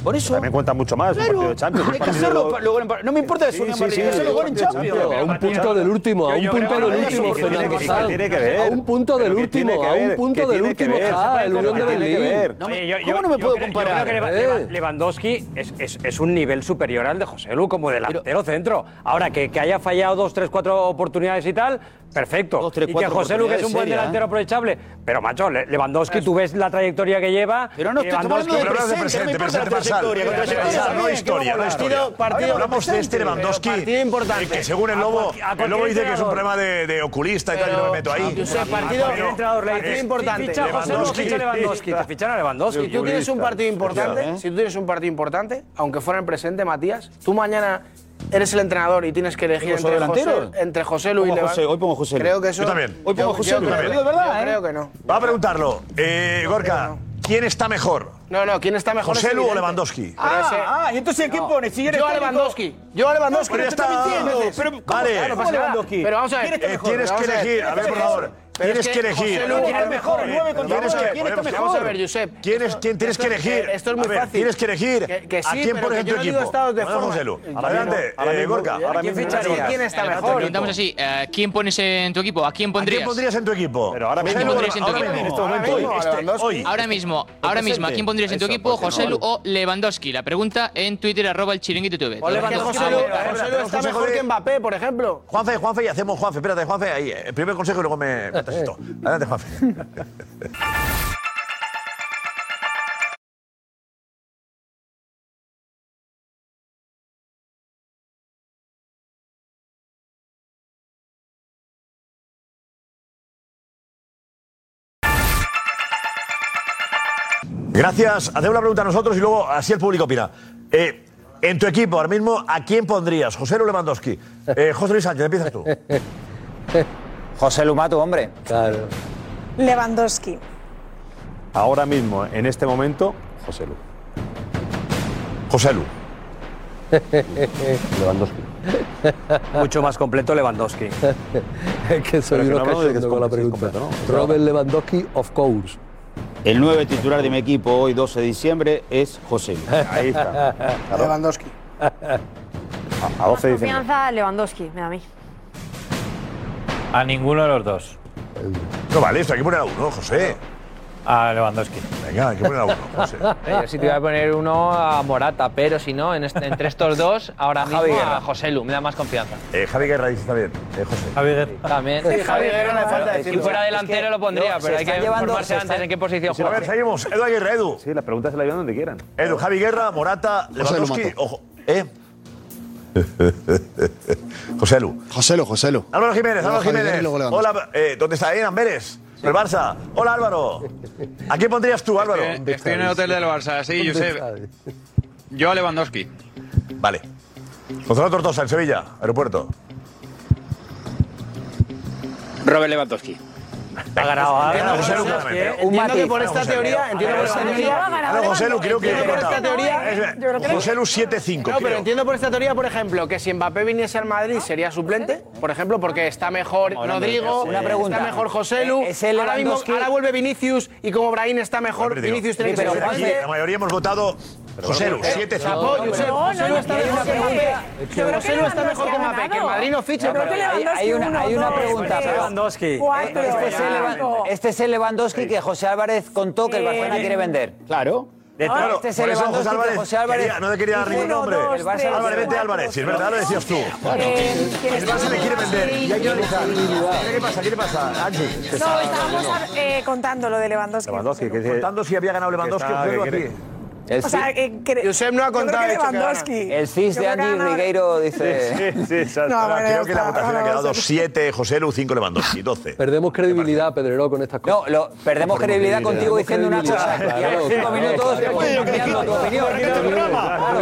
Por eso. También cuenta mucho más. Un Claro, partido de Champions. un hay que partido- hacerlo pa- lo- no me importa de su Sí, Unión sí, Berlín, sí. hacer los goles en Champions. A un punto del último, a un punto del último, Fernando Sanz. A un punto del último, a un punto del último está el Unión de Berlín. Oye, yo- ¿Cómo yo- no me yo puedo creo- yo creo comparar? que Leva- Eh. Leva- Lewandowski es, es- es un nivel superior al de José Lu como delantero centro. Ahora, que, que haya fallado dos, tres, cuatro oportunidades y tal, perfecto. y que cuatro José Lu que es oportunidades, un buen seria, delantero ¿eh? aprovechable. Pero, macho, Le- Lewandowski, tú ves la trayectoria que lleva. Pero no, estamos hablando de Lewandowski- Pero presente, no me presente importa la pasado. trayectoria, con Pero trayectoria pasado, está No bien, historia, no que historia. vamos a hablar. Partido- hablamos de este partido Lewandowski, importante. el que según el Lobo, A cualquier el Lobo dice que es un entrenador. problema de, de oculista y tal, yo no me meto ahí. Josep, A Ah, cualquier partido- entrenador le Eh, dice, ficha Ficha a José Lu, ficha a Lewandowski. Te fichan a Lewandowski. Si tú tienes un partido importante, si tú tienes un partido importante, aunque fuera en presente, Matías, tú mañana eres el entrenador y tienes que elegir ¿Pongo entre delantero? José, entre José Lu y Pongo Levan- José, hoy pongo José Lu. Creo que eso. Yo también. Hoy pongo yo- José yo Lu, creo- también. Digo, ¿verdad, yo eh? creo que no. Va a preguntarlo. Eh, Gorka, ¿quién está mejor? No, no, ¿quién está mejor? ¿José Es Lu o evidente. Lewandowski? Pero ese- ah, ¿y entonces qué pones? Si Yo a Lewandowski. Yo a Lewandowski. pero ya Estoy está. mintiendo. Pero, ¿cómo? Vale. Claro, no pasa nada. Pero vamos a ver. Eh, tienes que elegir, a ver, por favor. Tienes que elegir. Eh, Tienes que- Bueno, Vamos a ver, Josep. ¿Quién es- quién tienes que Esto- elegir? Esto es A muy ver, fácil. Tienes que elegir. Que- que ¿A sí, quién pero pones que en tu yo no digo equipo? estados de Bueno, forma. José Lu. Ahora mismo- Adelante, ahora eh, mismo- Gorka. ¿a ahora quién mismo- ficharías? ¿Quién está Eh, lo mejor? preguntamos así, eh, ¿quién pones en tu equipo? ¿A quién ¿A pondrías? quién pondrías en tu equipo? Pero ¿A quién pondrías en tu equipo? este, Ahora mismo, ahora mismo, ¿a quién pondrías en tu equipo? José Lu o Lewandowski. La pregunta en Twitter, arroba el chiringuito TV. O Lewandowski. José Lu José Lu está mejor que Mbappé, por ejemplo. Juanfe, Juanfe, y hacemos Juanfe. Espérate, Juanfe, ahí. eh, El primer consejo y luego me metes esto. Adelante, Juanfe. Gracias. Hacemos la pregunta a nosotros y luego así el público opina. Eh, en tu equipo, ahora mismo, ¿a quién pondrías? José Lu Lewandowski. Eh, José Luis Sánchez, empiezas tú. José Lumato, hombre. Claro. Lewandowski. Ahora mismo, en este momento, José Lu. José Lu. Lewandowski. Mucho más completo Lewandowski. Es que soy Pero que no unos hablamos de que es cachondo con la pregunta. Robert Lewandowski, of course. El 9 titular de mi equipo hoy, 12 de diciembre, es José. Lu. Ahí está. Claro. Lewandowski. A 12 de diciembre. Confianza Lewandowski, me da a mí. A ninguno de los dos. No vale, esto hay que poner a uno, José. A Lewandowski. Venga, hay que poner a uno, José. Eh, Yo sí te iba a poner uno a Morata, pero si no, en este- entre estos dos, ahora mismo Javi Guerra. a José Lu, me da más confianza. Eh, Javi Guerra dice está bien. Eh, José. Javi Guerra. También. Sí, Javi Guerra no hace falta si decirlo. fuera Es que delantero lo pondría, no, se pero hay está que llevando- se informarse está- antes en qué posición A juega. ver, seguimos. Edu Aguirre, Edu. Sí, la pregunta se la llevan donde quieran. Edu, Javi Guerra, Morata, Lewandowski, ojo. ¿Eh? José Lu. José Lu, José Lu. Álvaro Jiménez, Luego Javi Álvaro Guerra Jiménez. y luego Lewandowski. Hola, eh, ¿dónde está? ¿En Amberes? ¿El Barça? Hola, Álvaro. ¿A quién pondrías tú, Álvaro? Estoy, estoy en el hotel del Barça, sí, Josep. Yo a Lewandowski. Vale. Gonzalo Tortosa, en Sevilla, aeropuerto. Robert Lewandowski. Ha ganado, ha ganado. José Lu, José, claramente. es que Un Entiendo que matiz. por esta José Lu. teoría, entiendo por esta José Lu, teoría. Ahora, José Lu, creo que. Entiendo por esta teoría. Es verdad, José Lu 7-5. No, pero creo. entiendo por esta teoría, por ejemplo, que si Mbappé viniese al Madrid sería suplente, por ejemplo, porque está mejor Ahora me Rodrigo, parece. Una pregunta. está mejor José Lu, ¿Es el ahora, mismo, Lewandowski? ahora vuelve Vinicius y como Brahim está mejor, Hombre, digo, Vinicius tiene que ser pero aquí suplente. la mayoría hemos votado José Lu, 7-5. Chapo, Josep, José Lu está mejor que Mbappé. Yo creo José Lu está mejor que Mbappé, que el Madrid no ficha. pero hay, hay una, hay una pregunta. pero- cuatro, este, es el Levan- este es el Lewandowski que José Álvarez contó que el Barcelona Sí. quiere vender. Claro. Claro, este es por el eso Lewandowski José Álvarez, que José Álvarez. quería- no te quería dar ningún Uno, nombre. dos, tres, Álvarez, vete cuatro, Álvarez, si es verdad lo decías tú. El Barça le quiere vender y hay que analizar. ¿Qué pasa? ¿Qué le pasa? Angie. No, estábamos eh, contando lo de Lewandowski. Contando si había ganado Lewandowski está- o José que Lu aquí. El O sea, eh, cre- Josep no ha yo creo contado que el hecho que gana. Lewandowski. El CIS Yo de creo que Andy gana- Rigueiro dice... Sí, sí, No, bueno, ya Creo que la está. votación ha Ahora quedado vamos a- 7 José Lu, 5 Lewandowski, 12. Perdemos credibilidad, Pedrero, con estas cosas. No, lo, perdemos credibilidad contigo diciendo una cosa. credibilidad, Y a los cinco claro, minutos claro. pues, Oye, yo cambiando tu opinión. Yo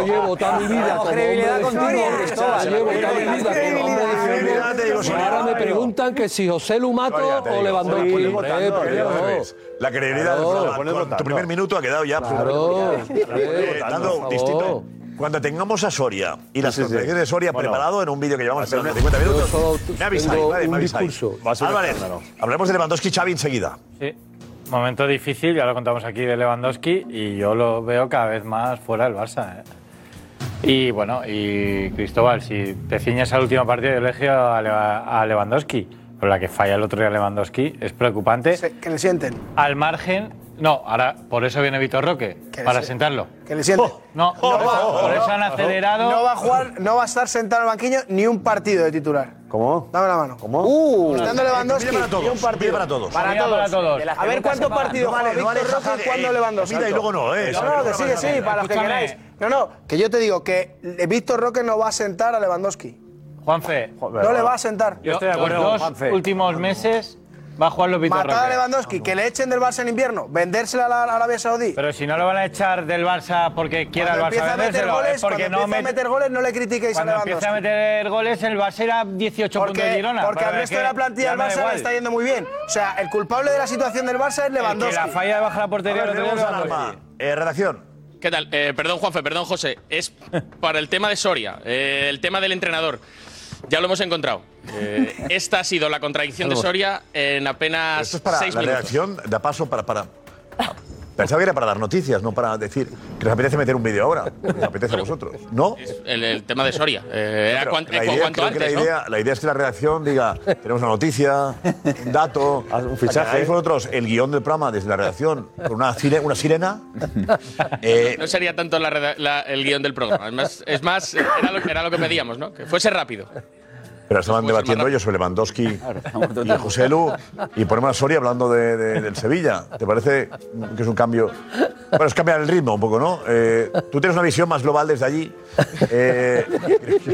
llevo toda mi vida Perdemos como hombre credibilidad de contigo, fútbol. Cristóbal. Yo llevo toda mi vida como hombre de fútbol. Ahora me preguntan que si José Lu mato o Lewandowski. Estoy Eh, votando, por querido Dios. José Luis. La credibilidad Claro. del programa, con tu primer minuto ha quedado ya absolutamente Claro. Eh, Votando, dando por favor. distinto. eh. Cuando tengamos a Soria y las Sí, sí, sí. contradicciones de Soria Bueno. preparado en un vídeo que llevamos Hacer esperando una- 50 minutos, Yo solo me avisáis, tengo ¿vale? un Me avisáis. discurso. Va a Álvarez, ser un escándalo. hablemos de Lewandowski Xavi enseguida. Sí. Momento difícil, ya lo contamos aquí de Lewandowski y yo lo veo cada vez más fuera del Barça. ¿eh? Y bueno, y Cristóbal, si te ciñes al último partido, yo elegí a, Leva- a Lewandowski. Pero la que falla el otro día Lewandowski es preocupante. Que le sienten. Al margen, no, ahora por eso viene Vitor Roque, Que le para sie- sentarlo. Que le sienten. Oh, No, No va- por eso han acelerado. No va a jugar, no va a estar sentado en el banquillo ni un partido de titular. ¿Cómo? Dame la mano. ¿Cómo? Uh, estando Lewandowski Comida para todos, ni un partido. comida para todos. Para Comida para todos. todos. A ver cuánto No vale, partido no juega vale Víctor jajar, Roque y eh, cuándo eh, Lewandowski. comida y luego no, eh, No, sabe, no, que sí, que sí, para los que Escúchame. queráis. No, no, que yo te digo que Víctor Roque no va a sentar a Lewandowski. Juanfe, No le va a sentar. Yo estoy de acuerdo. Los dos últimos meses Va a jugar los Matar a Vitorroques. Lewandowski, que le echen del Barça en invierno, vendérsela a la a Arabia Saudí. Pero si no lo van a echar del Barça porque quiera el Cuando Barça empieza a meter vendérselo, goles, es porque cuando no empieza a met- meter goles, no le critiquéis a Cuando Lewandowski. empieza a meter goles, el Barça era 18 puntos de Porque, Girona. porque pero al es resto que de la ya plantilla del me da Barça igual. le está yendo muy bien. O sea, el culpable de la situación del Barça es Lewandowski. la falla de baja la portería A ver, el otro día tenemos es Ah. alarma. Eh, redacción. ¿Qué tal? Eh, perdón, Juanfe, perdón, José. Es para el tema de Soria, eh, el tema del entrenador. Ya lo hemos encontrado. Eh, esta ha sido la contradicción de Soria en apenas Esto es para seis la minutos. redacción, da paso para, para. Pensaba que era para dar noticias, no para decir que les apetece meter un vídeo ahora. Les apetece a vosotros. ¿No? El, el tema de Soria. Eh, era Pero cuan- la eh, cu- idea, cuanto creo que antes, la, ¿no? idea, la idea es que la redacción diga, tenemos una noticia, un dato, un fichaje. vosotros el guión del programa desde la redacción, con una, sire- una sirena. Eh, No sería tanto la reda- la- el guión del programa. Es más, es más, era, lo, era lo que pedíamos, ¿no? Que fuese rápido. Pues pero estaban debatiendo ellos sobre Lewandowski y José Lu, y ponemos a Soria hablando de- de- del Sevilla. ¿Te parece que es un cambio? Bueno, es cambiar el ritmo un poco, ¿no? Eh, tú tienes una visión más global desde allí. Eh,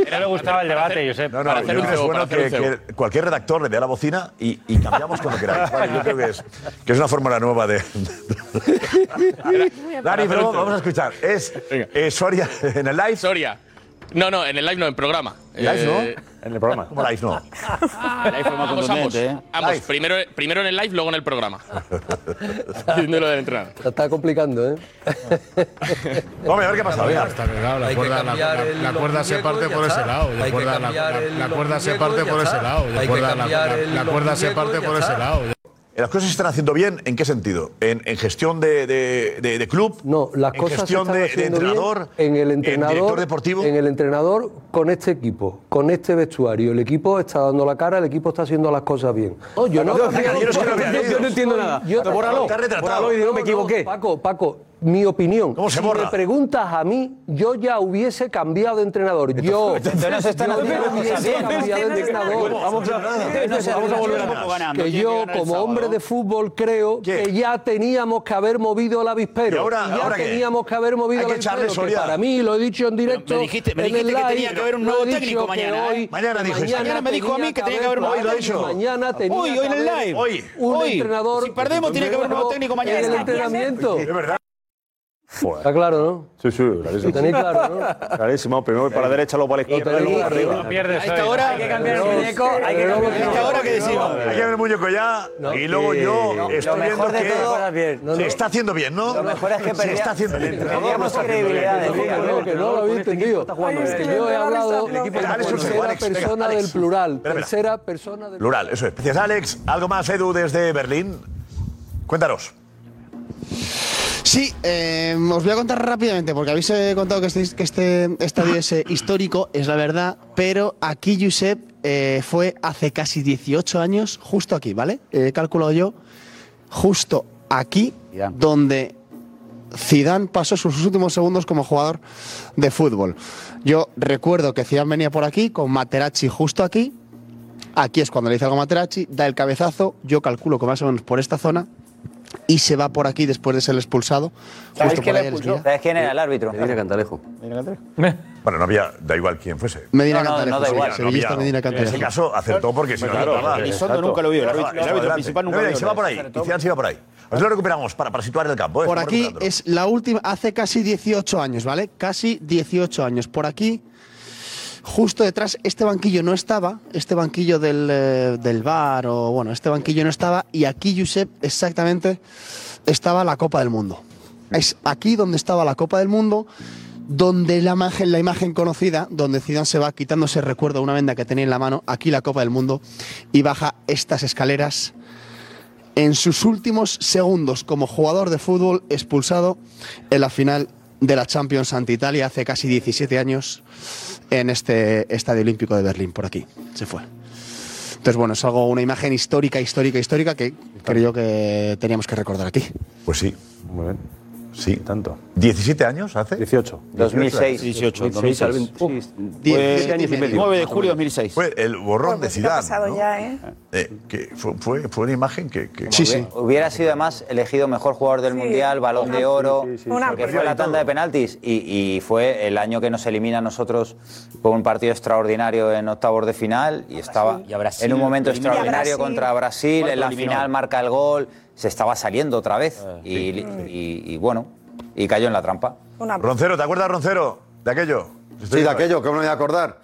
No le gustaba el debate, Josep. No, no, yo creo que es bueno que, que cualquier redactor le dé a la bocina y, y cambiamos cuando queráis. ¿vale? Yo creo que es, que es una fórmula nueva de. Dani, pero vamos a escuchar. Es eh, Soria en el live. Soria. No, no, en el live no, en programa. ¿Live no? Eh, En el programa. ¿Cómo live no? Ambos, ambos. contundente, ¿eh? Ambos. Primero, primero en el live, luego en el programa. Diciendo lo del entrenador. Se está complicando, ¿eh? Hombre, a ver qué pasa. venga. Está pegado, la Hay que cuerda, la, cambiar la- el- la los cuerda se muñecos, parte ya por ese está. lado. La Hay que cuerda, la, cambiar la- el- la los cuerda se muñecos, parte ya por ese está. lado. La Hay que cuerda, la, cambiar la- el- la los cuerda se muñecos, parte ya por ese está. lado. Eh, Las cosas se están haciendo bien, ¿en qué sentido? ¿En, en gestión de, de- de- de club? No, las ¿En cosas se gestión están de, de haciendo bien entrenador? en el ¿En director entrenador deportivo? en el entrenador con este equipo con este vestuario el equipo está dando la cara el equipo está haciendo las cosas bien no yo no Yo no entiendo nada. Yo- Bórralo. Te has retratado. Bórralo y di, no me No, no, equivoqué. Paco, Paco, mi opinión. se si borra? me preguntas a mí, yo ya hubiese cambiado de entrenador. Yo. Entonces están yo haciendo hubiese cosas bien. cambiado de Entonces no se entrenador. hace Vamos a- nada. entonces no se hace nada. a- Poco ganando. Que ¿Quién yo, gana el como sábado? hombre de fútbol, creo que ya teníamos que haber movido el avispero. ¿Y ahora- ya ahora qué? teníamos que haber movido Hay el que echarle avispero. que Soria. para mí, lo he dicho en directo. Me dijiste- me en el dijiste que live, tenía que haber un lo he nuevo dicho técnico que mañana, hoy- ¿eh? Mañana dijo mañana eso. Mañana me dijo a mí que tenía que haber un hoy nuevo lo he dicho. técnico. Mañana tenía Hoy, hoy en que el haber live. Un Hoy. entrenador. Si perdemos, tiene que haber un nuevo técnico mañana. En el Es que- entrenamiento. Es verdad. Está claro, ¿no? Sí, sí, clarísimo. Lo tenéis claro, Clarísimo. Primero voy para la derecha, luego para la izquierda, luego para arriba. A esta hora hay que cambiar el muñeco. Hay que cambiar que decimos. Hay que cambiar el muñeco ya. y luego yo No, estoy lo mejor viendo de que todo- bien. No, se no. está haciendo bien, ¿no? Lo mejor es que se está perdía- haciendo bien. perdíamos Está haciendo bien. credibilidad, decía. No, que no lo este había entendido. Yo he hablado de tercera persona del plural. Espera, espera. Tercera persona del Plural, eso es. Gracias, Alex. ¿Algo más, Edu, desde Berlín? Cuéntanos. Sí, eh, os voy a contar rápidamente, porque habéis eh, contado que, estáis- que este estadio es eh, histórico, es la verdad, pero aquí, Josep, eh, fue hace casi 18 años, justo aquí, ¿vale? Eh, He calculado yo, justo aquí, donde Zidane pasó sus últimos segundos como jugador de fútbol. Yo recuerdo que Zidane venía por aquí, con Materazzi justo aquí, Aquí es cuando le dice algo a Materazzi, da el cabezazo, yo calculo que más o menos por esta zona, y se va por aquí después de ser expulsado. Justo por ahí desvía. ¿Sabes quién era el árbitro? Medina Cantalejo. Bueno, no había, da igual quién fuese. Medina no, Cantalejo, sí, igual, sevillista había, Medina En ese Cantalejo. caso acertó porque si no, Claro, no estaba. Elizondo nunca lo vio, el Estaba- árbitro- el estaba árbitro adelante. principal nunca No, lo y vio, se va por ahí, acertó. y Zidane se iba por ahí. A ver si lo recuperamos para, para situar el campo. ¿eh? Por Estamos aquí recuperándolo. es la última, hace casi 18 años, ¿vale? Casi 18 años. Por aquí, justo detrás, este banquillo no estaba, este banquillo del, eh, del bar, o bueno, este banquillo no estaba, y aquí, Josep, exactamente, estaba la Copa del Mundo. Es aquí donde estaba la Copa del Mundo, donde la imagen, la imagen conocida, donde Zidane se va quitando ese recuerdo, una venda que tenía en la mano, aquí la Copa del Mundo, y baja estas escaleras en sus últimos segundos como jugador de fútbol expulsado en la final de la Champions ante Italia hace casi 17 años en este Estadio Olímpico de Berlín, por aquí. Se fue. Entonces, bueno, es algo, una imagen histórica, histórica, histórica que creo que teníamos que recordar aquí. Pues sí. Sí. Tanto. ¿17 años hace? 18. 2006. 18, 2006 al 2006. 20. Diez años y medio. 9 de julio de 2006. Fue el borrón pues de Ha Zidane. pasado ¿no? ya, ¿eh? Eh, que fue, fue, fue una imagen que. que- Hubiera- Hubiera sido además elegido mejor jugador del Sí. Mundial, balón Una- de oro, sí, sí, sí, Una- que fue la tanda de penaltis y, y fue el año que nos elimina a nosotros con un partido extraordinario en octavos de final y estaba Y a Brasil. en un momento Y a Brasil. extraordinario contra Brasil, Cuarto en la eliminó. Ah, final marca el gol, se estaba saliendo otra vez y, y- y bueno, y cayó en la trampa. Roncero, ¿te acuerdas, Roncero? De aquello. Sí, de aquello que me voy a acordar.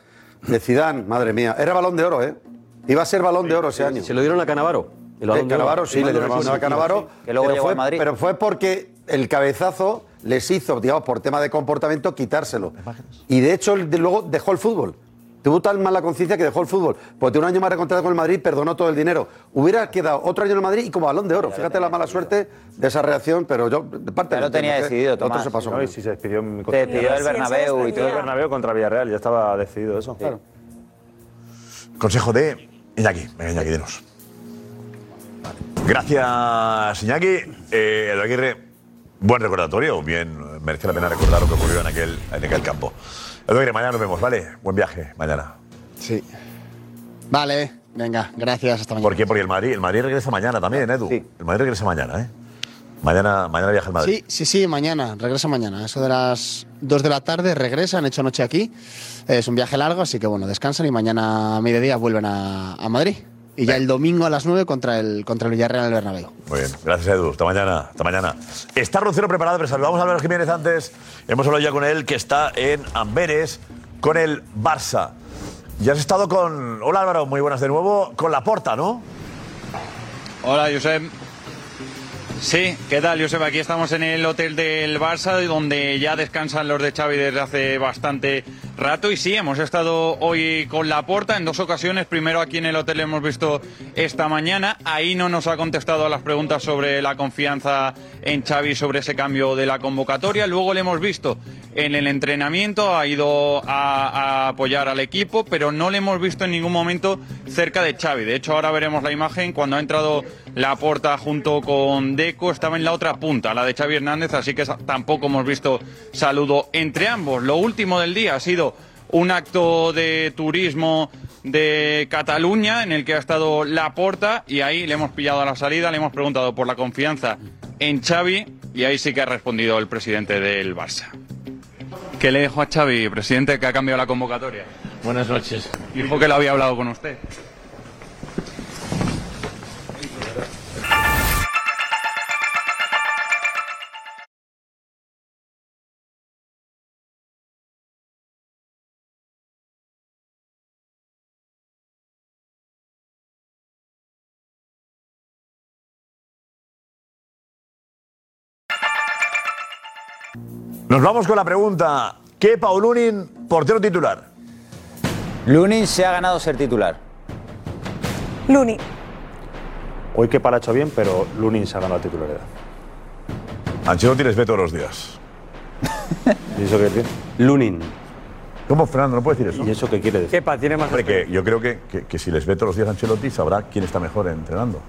De Zidane, madre mía. Era balón de oro, ¿eh? Iba a ser balón de oro ese año. Se lo dieron a Canavaro. El El balón de oro. Canavaro, sí, le dieron el balón de oro a Canavaro. Que luego pero llegó fue- al Madrid. Pero fue porque el cabezazo les hizo, digamos, por tema de comportamiento, quitárselo. Y de hecho, él de- luego dejó el fútbol. Tuvo tan mala conciencia que dejó el fútbol. Porque un año más de contrato con el Madrid, perdonó todo el dinero. Hubiera quedado otro año en el Madrid y como balón de oro. Fíjate la mala suerte de esa reacción, pero yo, de parte Ya lo entiendo, tenía que decidido, otro Tomás. se pasó. No, con y él. si se despidió en mi Se despidió el Bernabéu y todo. El Bernabéu contra Villarreal, ya estaba decidido eso. Consejo de Iñaki. Venga, Iñaki, dinos. Gracias, Iñaki. Eh, Edu Aguirre, buen recordatorio. Bien, merece la pena recordar lo que ocurrió en aquel, en aquel campo. Edu Aguirre, mañana nos vemos, ¿vale? Buen viaje, mañana. Sí. Vale, venga, gracias, hasta mañana. Ah, ¿Por qué? Porque el Madrid, el Madrid regresa mañana también, Edu. El Madrid regresa mañana, ¿eh? Mañana, mañana viaja el Madrid. Sí, sí, sí, mañana, regresa mañana. Eso de las 2 de la tarde regresa, han hecho noche aquí. Es un viaje largo, así que bueno, descansan y mañana a mediodía vuelven a, a Madrid. Y ya el domingo a las 9 contra el, contra el Villarreal en el Bernabéu. Muy bien, gracias Edu. Hasta mañana. Hasta mañana. Está Roncero preparado, pero saludamos a Álvaro Jiménez antes. Hemos hablado ya con él, que está en Amberes con el Barça. Ya has estado con. Hola Álvaro, muy buenas de nuevo. Con la porta, ¿no? Hola, Josep. Sí, ¿qué tal, Josep? Aquí estamos en el hotel del Barça, donde ya descansan los de Xavi desde hace bastante rato. Y sí, hemos estado hoy con la porta en dos ocasiones. Primero aquí en el hotel hemos visto esta mañana. Ahí no nos ha contestado a las preguntas sobre la confianza en Xavi, sobre ese cambio de la convocatoria. Luego le hemos visto en el entrenamiento, ha ido a, a apoyar al equipo, pero no le hemos visto en ningún momento cerca de Xavi. De hecho, ahora veremos la imagen cuando ha entrado la porta junto con Deco, estaba en la otra punta, la de Xavi Hernández, así que sa- tampoco hemos visto saludo entre ambos. Lo último del día ha sido un acto de turismo de Cataluña en el que ha estado la porta y ahí le hemos pillado a la salida, le hemos preguntado por la confianza en Xavi y ahí sí que ha respondido el presidente del Barça. ¿Qué le dejo a Xavi, presidente, que ha cambiado la convocatoria? Buenas noches. Dijo que lo había hablado con usted. Nos vamos con la pregunta. ¿Qué Paulunin, portero titular? Lunin se ha ganado ser titular. Luni. Hoy que para ha hecho bien, pero Lunin se ha ganado la titularidad. Ancelotti les ve todos los días. ¿Y eso qué tiene? Lunin. ¿Cómo, Fernando? ¿No puedes decir eso? ¿Y eso qué quiere decir? Kepa tiene más Porque yo creo que, que- que si les ve todos los días Ancelotti, sabrá quién está mejor entrenando.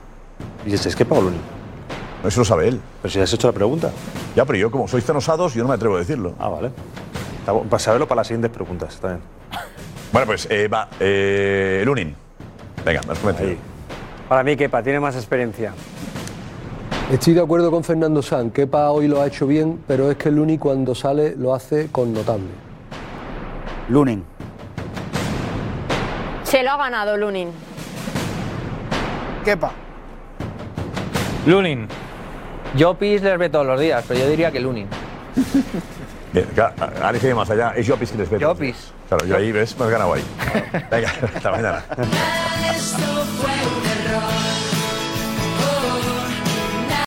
¿Y es Kepa o Lunin? Eso lo sabe él. Pero si has hecho la pregunta. Ya, pero yo, como sois tan osados, yo no me atrevo a decirlo. Ah, vale. Está bu- Para saberlo para las siguientes preguntas también. Bueno, pues eh, va. Eh, Lunin. Venga, nos comentáis. Para mí, Kepa tiene más experiencia. Estoy de acuerdo con Fernando San. Kepa hoy lo ha hecho bien, pero es que el único cuando sale lo hace con notable. Lunin. Se lo ha ganado Lunin. Kepa. Lunin. Yo Pis les ve todos los días, pero yo diría que Lunin. Bien, claro, Alex tiene más allá. Es Jopis que les ve. Jopis. Claro, yo ahí ves, me has ganado ahí. Venga, hasta mañana. Esto fue un error. Oh.